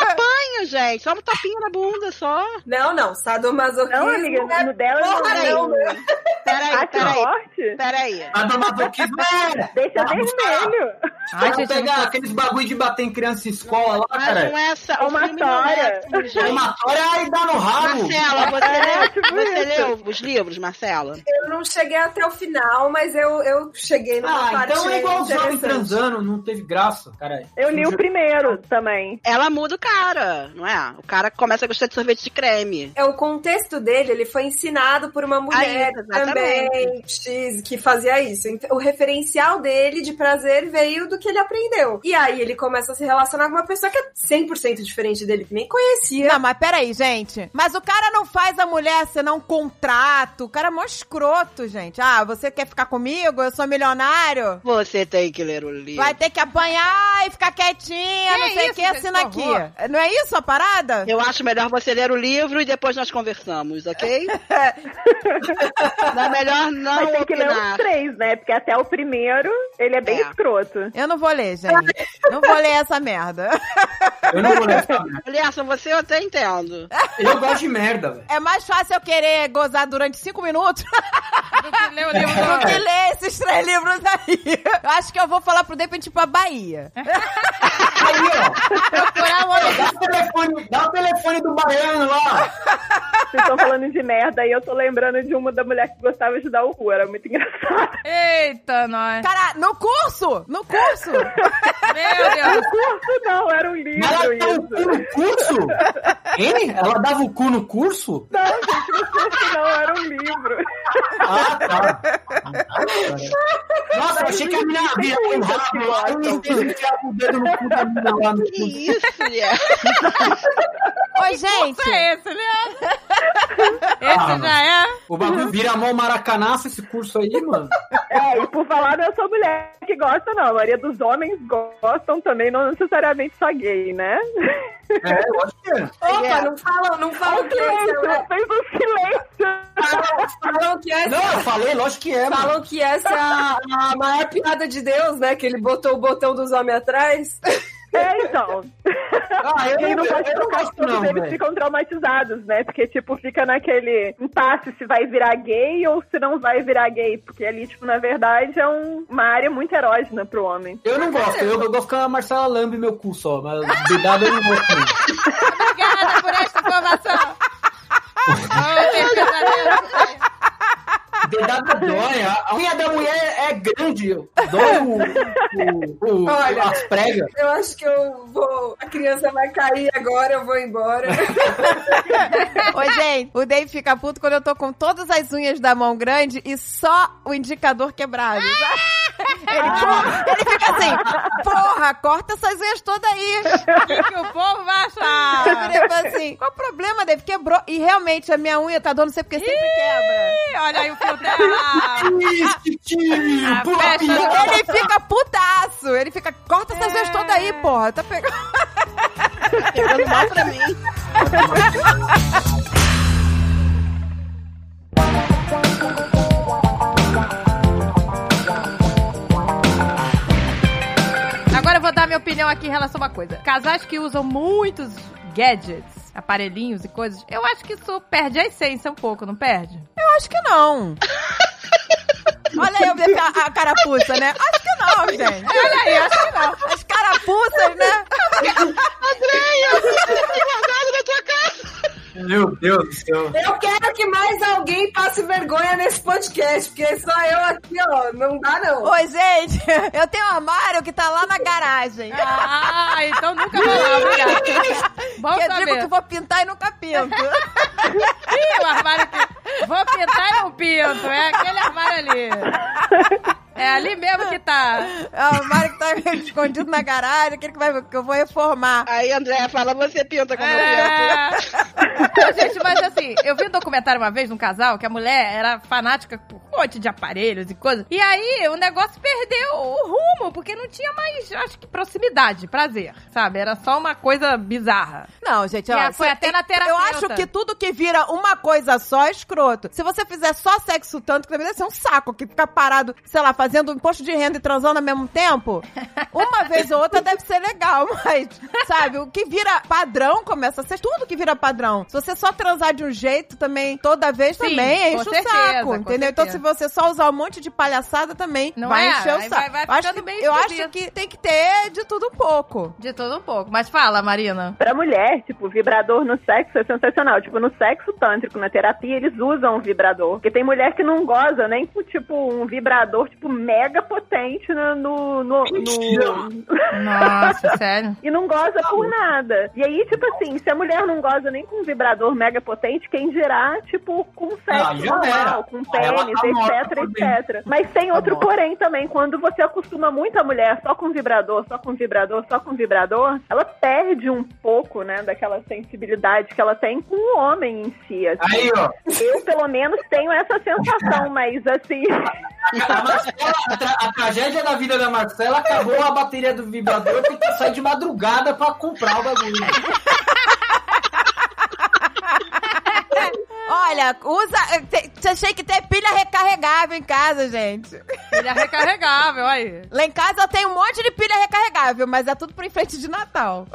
[SPEAKER 3] tapinha, gente. Só um tapinha na bunda, só.
[SPEAKER 6] Não, não. Sadomasoquismo
[SPEAKER 4] Não, amiga,
[SPEAKER 6] é
[SPEAKER 4] no dela
[SPEAKER 6] porra não,
[SPEAKER 4] não.
[SPEAKER 6] né?
[SPEAKER 3] Peraí,
[SPEAKER 4] Bate
[SPEAKER 3] peraí.
[SPEAKER 4] forte,
[SPEAKER 3] Peraí.
[SPEAKER 5] A dona Toquismo é.
[SPEAKER 4] deixa
[SPEAKER 5] Ah,
[SPEAKER 4] vermelho.
[SPEAKER 1] Ai, gente, eu
[SPEAKER 5] pega
[SPEAKER 1] não-
[SPEAKER 5] aqueles bagulho de bater em criança em escola lá,
[SPEAKER 3] Mas não
[SPEAKER 5] cara.
[SPEAKER 3] é essa.
[SPEAKER 4] É
[SPEAKER 3] o
[SPEAKER 4] uma
[SPEAKER 3] filme não é
[SPEAKER 4] história.
[SPEAKER 3] assim, gente.
[SPEAKER 5] Palmatória aí dá no rabo.
[SPEAKER 3] Marcela, você,
[SPEAKER 4] É, tipo
[SPEAKER 3] você
[SPEAKER 4] isso.
[SPEAKER 3] leu os livros, Marcela?
[SPEAKER 6] Eu não cheguei até o final, mas eu, eu cheguei numa
[SPEAKER 5] Ah,
[SPEAKER 6] parte
[SPEAKER 5] então é igual os jovens
[SPEAKER 6] interessante.
[SPEAKER 5] transando, não teve graça, cara.
[SPEAKER 4] Eu li o primeiro também.
[SPEAKER 3] Ela muda o cara, não é? O cara começa a gostar de sorvete de creme.
[SPEAKER 6] é o contexto dele, ele foi ensinado por uma mulher
[SPEAKER 3] Ah, isso, exatamente.
[SPEAKER 6] também X, que fazia isso. Então, o referencial dele de prazer veio do que ele aprendeu. E aí ele começa a se relacionar com uma pessoa que é 100% diferente dele, que nem conhecia.
[SPEAKER 2] Não, mas peraí, gente. Mas o cara não faz a mulher assinar um contrato. O cara é mó escroto, gente. Ah, você quer ficar comigo? Eu sou milionário.
[SPEAKER 3] Você tem que ler o livro.
[SPEAKER 2] Vai ter que apanhar e ficar quietinha,
[SPEAKER 1] Que
[SPEAKER 2] não sei o
[SPEAKER 1] isso,
[SPEAKER 2] que,
[SPEAKER 1] gente,
[SPEAKER 2] assina
[SPEAKER 1] que
[SPEAKER 2] aqui.
[SPEAKER 1] horror.
[SPEAKER 2] Não é isso a parada?
[SPEAKER 3] Eu acho melhor você ler o livro e depois nós conversamos, ok? não é melhor não
[SPEAKER 4] Mas tem que ler os
[SPEAKER 3] opinar.
[SPEAKER 4] três, né? Porque até o primeiro, ele é bem
[SPEAKER 3] É.
[SPEAKER 4] escroto.
[SPEAKER 2] Eu não vou ler, gente. Não vou ler essa merda.
[SPEAKER 5] Eu não vou ler essa merda.
[SPEAKER 3] Aliás, você eu até entendo.
[SPEAKER 5] Eu gosto de merda, velho.
[SPEAKER 2] É mais fácil eu querer gozar durante cinco minutos
[SPEAKER 1] Leu o livro
[SPEAKER 2] do
[SPEAKER 1] do...
[SPEAKER 2] que ler esses três livros aí. Eu acho que eu vou falar pro Depen tipo a Bahia.
[SPEAKER 5] Aí, ó,
[SPEAKER 1] Procurar um o homem
[SPEAKER 5] dá o telefone, dá o telefone do baiano lá.
[SPEAKER 4] Vocês estão falando de merda e eu tô lembrando de uma da mulher que gostava de dar o cu. Era muito engraçado.
[SPEAKER 1] Eita, nós.
[SPEAKER 2] Cara, no curso! No curso!
[SPEAKER 1] Meu Deus.
[SPEAKER 4] Curso não, era um livro
[SPEAKER 5] Ela é dava o cu
[SPEAKER 4] isso.
[SPEAKER 5] no curso? Hein? Ela dava o cu no curso?
[SPEAKER 4] Não, gente, no curso não, era um livro.
[SPEAKER 5] Ah, tá. Nossa, eu achei que a menina havia com o rabo lá. Eu não entendi enfiava um o dedo no cu da menina lá no
[SPEAKER 3] Que
[SPEAKER 5] curso.
[SPEAKER 3] isso, Lia?
[SPEAKER 2] Oi, gente!
[SPEAKER 1] Isso é esse, Leandro? Esse já é?
[SPEAKER 5] O bagulho vira a mão maracanaça esse curso aí, mano.
[SPEAKER 4] É, e por falar, não é só mulher que gosta, não. A maioria dos homens gostam também, não necessariamente só gay, né?
[SPEAKER 5] É, eu acho que é.
[SPEAKER 6] Opa, não fala, não fala o que é seu, né?
[SPEAKER 4] Silêncio, fez um silêncio.
[SPEAKER 6] Falam que essa, é
[SPEAKER 5] então. Não, eu falei, lógico que é, mano.
[SPEAKER 6] falam que essa é a, a maior piada de Deus, né? Que ele botou o botão dos homens atrás.
[SPEAKER 4] É, então.
[SPEAKER 5] Ah, eu,
[SPEAKER 4] Quem
[SPEAKER 5] eu,
[SPEAKER 4] não gosta
[SPEAKER 5] eu
[SPEAKER 4] de
[SPEAKER 5] não
[SPEAKER 4] tocar
[SPEAKER 5] gosto não,
[SPEAKER 4] todos eles
[SPEAKER 5] velho.
[SPEAKER 4] ficam traumatizados, né? Porque, tipo, fica naquele impasse se vai virar gay ou se não vai virar gay. Porque ali, tipo, na verdade, é um- uma área muito erógena pro homem.
[SPEAKER 5] Eu não gosto, eu, eu gosto que a Marcela lambe meu cu só, mas cuidado eu não gosto. não.
[SPEAKER 1] Obrigada por esta informação. Oh, certeza, Deus.
[SPEAKER 5] Dedada dói. A- A unha da mulher é grande. Dói o, o, o-
[SPEAKER 6] Olha.
[SPEAKER 5] as pregas.
[SPEAKER 6] Eu acho que eu vou. A criança vai cair agora, eu vou embora.
[SPEAKER 2] Oi, gente! O Dave fica puto quando eu tô com todas as unhas da mão grande e só o indicador quebrado. sabe? Ele, tipo, ele fica assim, porra, corta essas unhas todas aí.
[SPEAKER 1] O que, que o povo vai
[SPEAKER 2] Eu
[SPEAKER 1] achar?
[SPEAKER 2] virei e falei assim, qual o problema, Dave? Quebrou. E realmente, a minha unha tá dando, não sei porque sempre quebra.
[SPEAKER 1] Ih, olha aí o fio dela.
[SPEAKER 5] Triste, tio. Pula
[SPEAKER 1] festa
[SPEAKER 5] piada.
[SPEAKER 2] Ele fica putaço. Ele fica, corta essas unhas todas aí, porra. Tá pegando...
[SPEAKER 3] Pegando mal pra mim.
[SPEAKER 1] Agora eu vou dar minha opinião aqui em relação a uma coisa. Casais que usam muitos gadgets, aparelhinhos e coisas, eu acho que isso perde a essência um pouco, não perde?
[SPEAKER 2] Acho que não. Olha aí eu ver a, a carapuça, né? Acho que não, gente. Olha aí, acho que não. As carapuças, né?
[SPEAKER 3] Andréia, você tem guardado na tua casa.
[SPEAKER 5] Meu Deus do céu.
[SPEAKER 6] Eu quero que mais alguém passe vergonha nesse podcast, porque só eu aqui, ó, não dá não.
[SPEAKER 2] Oi, gente. Eu tenho um armário que tá lá na garagem.
[SPEAKER 1] Ah, então nunca vai lá, obrigada. Bom
[SPEAKER 2] que eu digo que
[SPEAKER 1] saber.
[SPEAKER 2] vou pintar e nunca pinto.
[SPEAKER 1] Ih, o armário que... Vou pintar e não pinto, é aquele armário ali. É ali mesmo que tá.
[SPEAKER 2] É o armário que tá escondido na garagem, aquele que, vai, que eu vou reformar.
[SPEAKER 3] Aí, Andréia fala, você pinta como eu
[SPEAKER 1] É. Não, gente, mas assim, eu vi um documentário uma vez num casal que a mulher era fanática por um monte de aparelhos e coisas. E aí o negócio perdeu o rumo, porque não tinha mais, acho que, proximidade, prazer, sabe? Era só uma coisa bizarra.
[SPEAKER 2] Não, gente, ó,
[SPEAKER 1] É, foi
[SPEAKER 2] você
[SPEAKER 1] até na
[SPEAKER 2] Eu
[SPEAKER 1] terapeuta.
[SPEAKER 2] acho que tudo que vira uma coisa só é escroto. Se você fizer só sexo tanto, que deve ser um saco que ficar parado, sei lá, fazendo um imposto de renda e transando ao mesmo tempo. Uma vez ou outra deve ser legal, mas, sabe, o que vira padrão começa a ser tudo que vira padrão. Se você só transar de um jeito também, toda vez
[SPEAKER 1] Sim,
[SPEAKER 2] também,
[SPEAKER 1] com
[SPEAKER 2] enche o
[SPEAKER 1] certeza,
[SPEAKER 2] saco,
[SPEAKER 1] com
[SPEAKER 2] entendeu? Então se
[SPEAKER 1] certeza.
[SPEAKER 2] você só usar um monte de palhaçada também,
[SPEAKER 1] Não
[SPEAKER 2] vai
[SPEAKER 1] é?
[SPEAKER 2] encher o
[SPEAKER 1] Aí
[SPEAKER 2] saco.
[SPEAKER 1] vai- vai
[SPEAKER 2] Eu acho
[SPEAKER 1] ficando
[SPEAKER 2] que-
[SPEAKER 1] meio
[SPEAKER 2] eu acho
[SPEAKER 1] esquisito.
[SPEAKER 2] que tem que ter de tudo um pouco.
[SPEAKER 1] De todo um pouco. Mas fala, Marina.
[SPEAKER 4] Pra mulher, tipo, vibrador no sexo é sensacional. Tipo, no sexo tântrico, na terapia, eles usam o vibrador. Porque tem mulher que não goza nem com, tipo, um vibrador, tipo, mega potente no- no- no, no,
[SPEAKER 1] Nossa, sério.
[SPEAKER 4] E não goza por nada. E aí, tipo assim, se a mulher não goza nem com um vibrador mega potente, quem dirá, tipo, com
[SPEAKER 5] Ah,
[SPEAKER 4] sexo
[SPEAKER 5] já era.
[SPEAKER 4] normal, com
[SPEAKER 5] Ela
[SPEAKER 4] pênis,
[SPEAKER 5] tá morta
[SPEAKER 4] etc,
[SPEAKER 5] também.
[SPEAKER 4] etc. Mas tem
[SPEAKER 5] Tá
[SPEAKER 4] outro
[SPEAKER 5] morta.
[SPEAKER 4] porém também, quando você acostuma muito a mulher só com vibrador, só com vibrador, só com vibrador, ela perde um pouco, né, daquela sensibilidade que ela tem com o homem em si. assim.
[SPEAKER 5] Aí, ó.
[SPEAKER 4] Eu, pelo menos, tenho essa sensação, mas assim,
[SPEAKER 5] A, Marcela, a, tra- a tragédia da vida da Marcela acabou a bateria do vibrador porque ela saiu de madrugada pra comprar o bagulho.
[SPEAKER 2] Olha, usa. eh, te- te- Achei que tem pilha recarregável em casa, gente.
[SPEAKER 1] Ele é recarregável, aí.
[SPEAKER 2] Lá em casa eu tenho um monte de pilha recarregável, mas é tudo pro enfeite de Natal.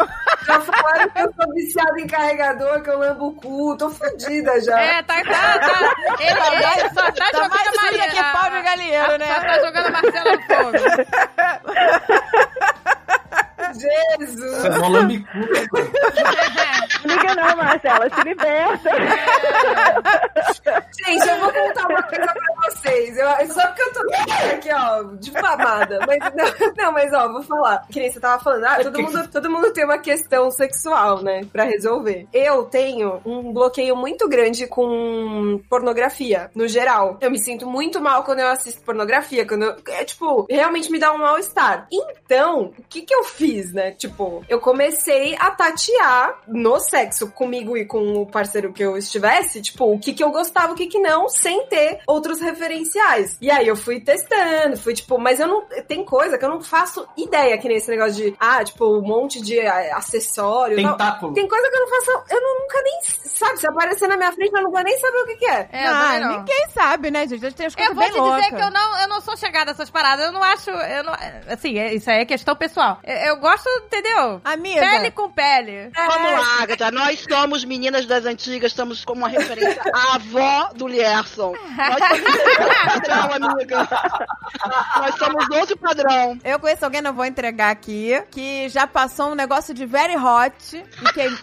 [SPEAKER 6] Já falaram que eu sou viciada em carregador, que eu lambo o cu. Tô fudida já.
[SPEAKER 1] É, tá, tá, tá. Ele, ele só tá,
[SPEAKER 2] Tá
[SPEAKER 1] jogando
[SPEAKER 2] mais
[SPEAKER 1] a
[SPEAKER 2] suja
[SPEAKER 1] Maria.
[SPEAKER 2] que Paulo Galinheiro,
[SPEAKER 1] Só
[SPEAKER 2] né?
[SPEAKER 1] tá jogando a Marcela no fogo.
[SPEAKER 6] Jesus.
[SPEAKER 5] Vocês vão lambicuda.
[SPEAKER 4] Liga não, Marcela, se liberta.
[SPEAKER 6] Gente, eu vou contar uma coisa pra vocês. Eu, só porque eu tô toda aqui, ó, difamada. Mas, não, não, mas ó, vou falar. Que nem você tava falando, ah, todo mundo, todo mundo tem uma questão sexual, né? Pra resolver. Eu tenho um bloqueio muito grande com pornografia, no geral. Eu me sinto muito mal quando eu assisto pornografia. Quando eu- é tipo, realmente me dá um mal-estar. Então, o que que eu fiz, né? Tipo, eu comecei a tatear no sexo comigo e com o parceiro que eu estivesse, tipo, o que que eu gostava, o que que não, sem ter outros referenciais. E aí eu fui testando, fui tipo, mas eu não. Tem coisa que eu não faço ideia, que nem esse negócio de, ah, tipo, um monte de ah, acessório. e tal.
[SPEAKER 5] Tentáculo.
[SPEAKER 6] Tem coisa que eu não faço, eu não- nunca nem, sabe, se aparecer na minha frente, eu não vou nem saber o que que é.
[SPEAKER 1] É, eu também não.
[SPEAKER 2] Ah, ninguém sabe, né, gente? A gente tem as coisas
[SPEAKER 1] Eu vou
[SPEAKER 2] bem
[SPEAKER 1] te dizer
[SPEAKER 2] loucas.
[SPEAKER 1] que eu não, eu não sou chegada a essas paradas. Eu não acho. Eu não, assim, é- isso aí é questão pessoal. Eu, eu gosto, entendeu?
[SPEAKER 2] Amiga. É.
[SPEAKER 1] Pele com pele.
[SPEAKER 3] Vamos lá, Agatha. Nós somos meninas das antigas, estamos como uma referência à avó do Lierson. Nós somos o padrão, amiga. Nós somos outro padrão.
[SPEAKER 2] Eu conheço alguém, não vou entregar aqui, que já passou um negócio de very hot e, queim-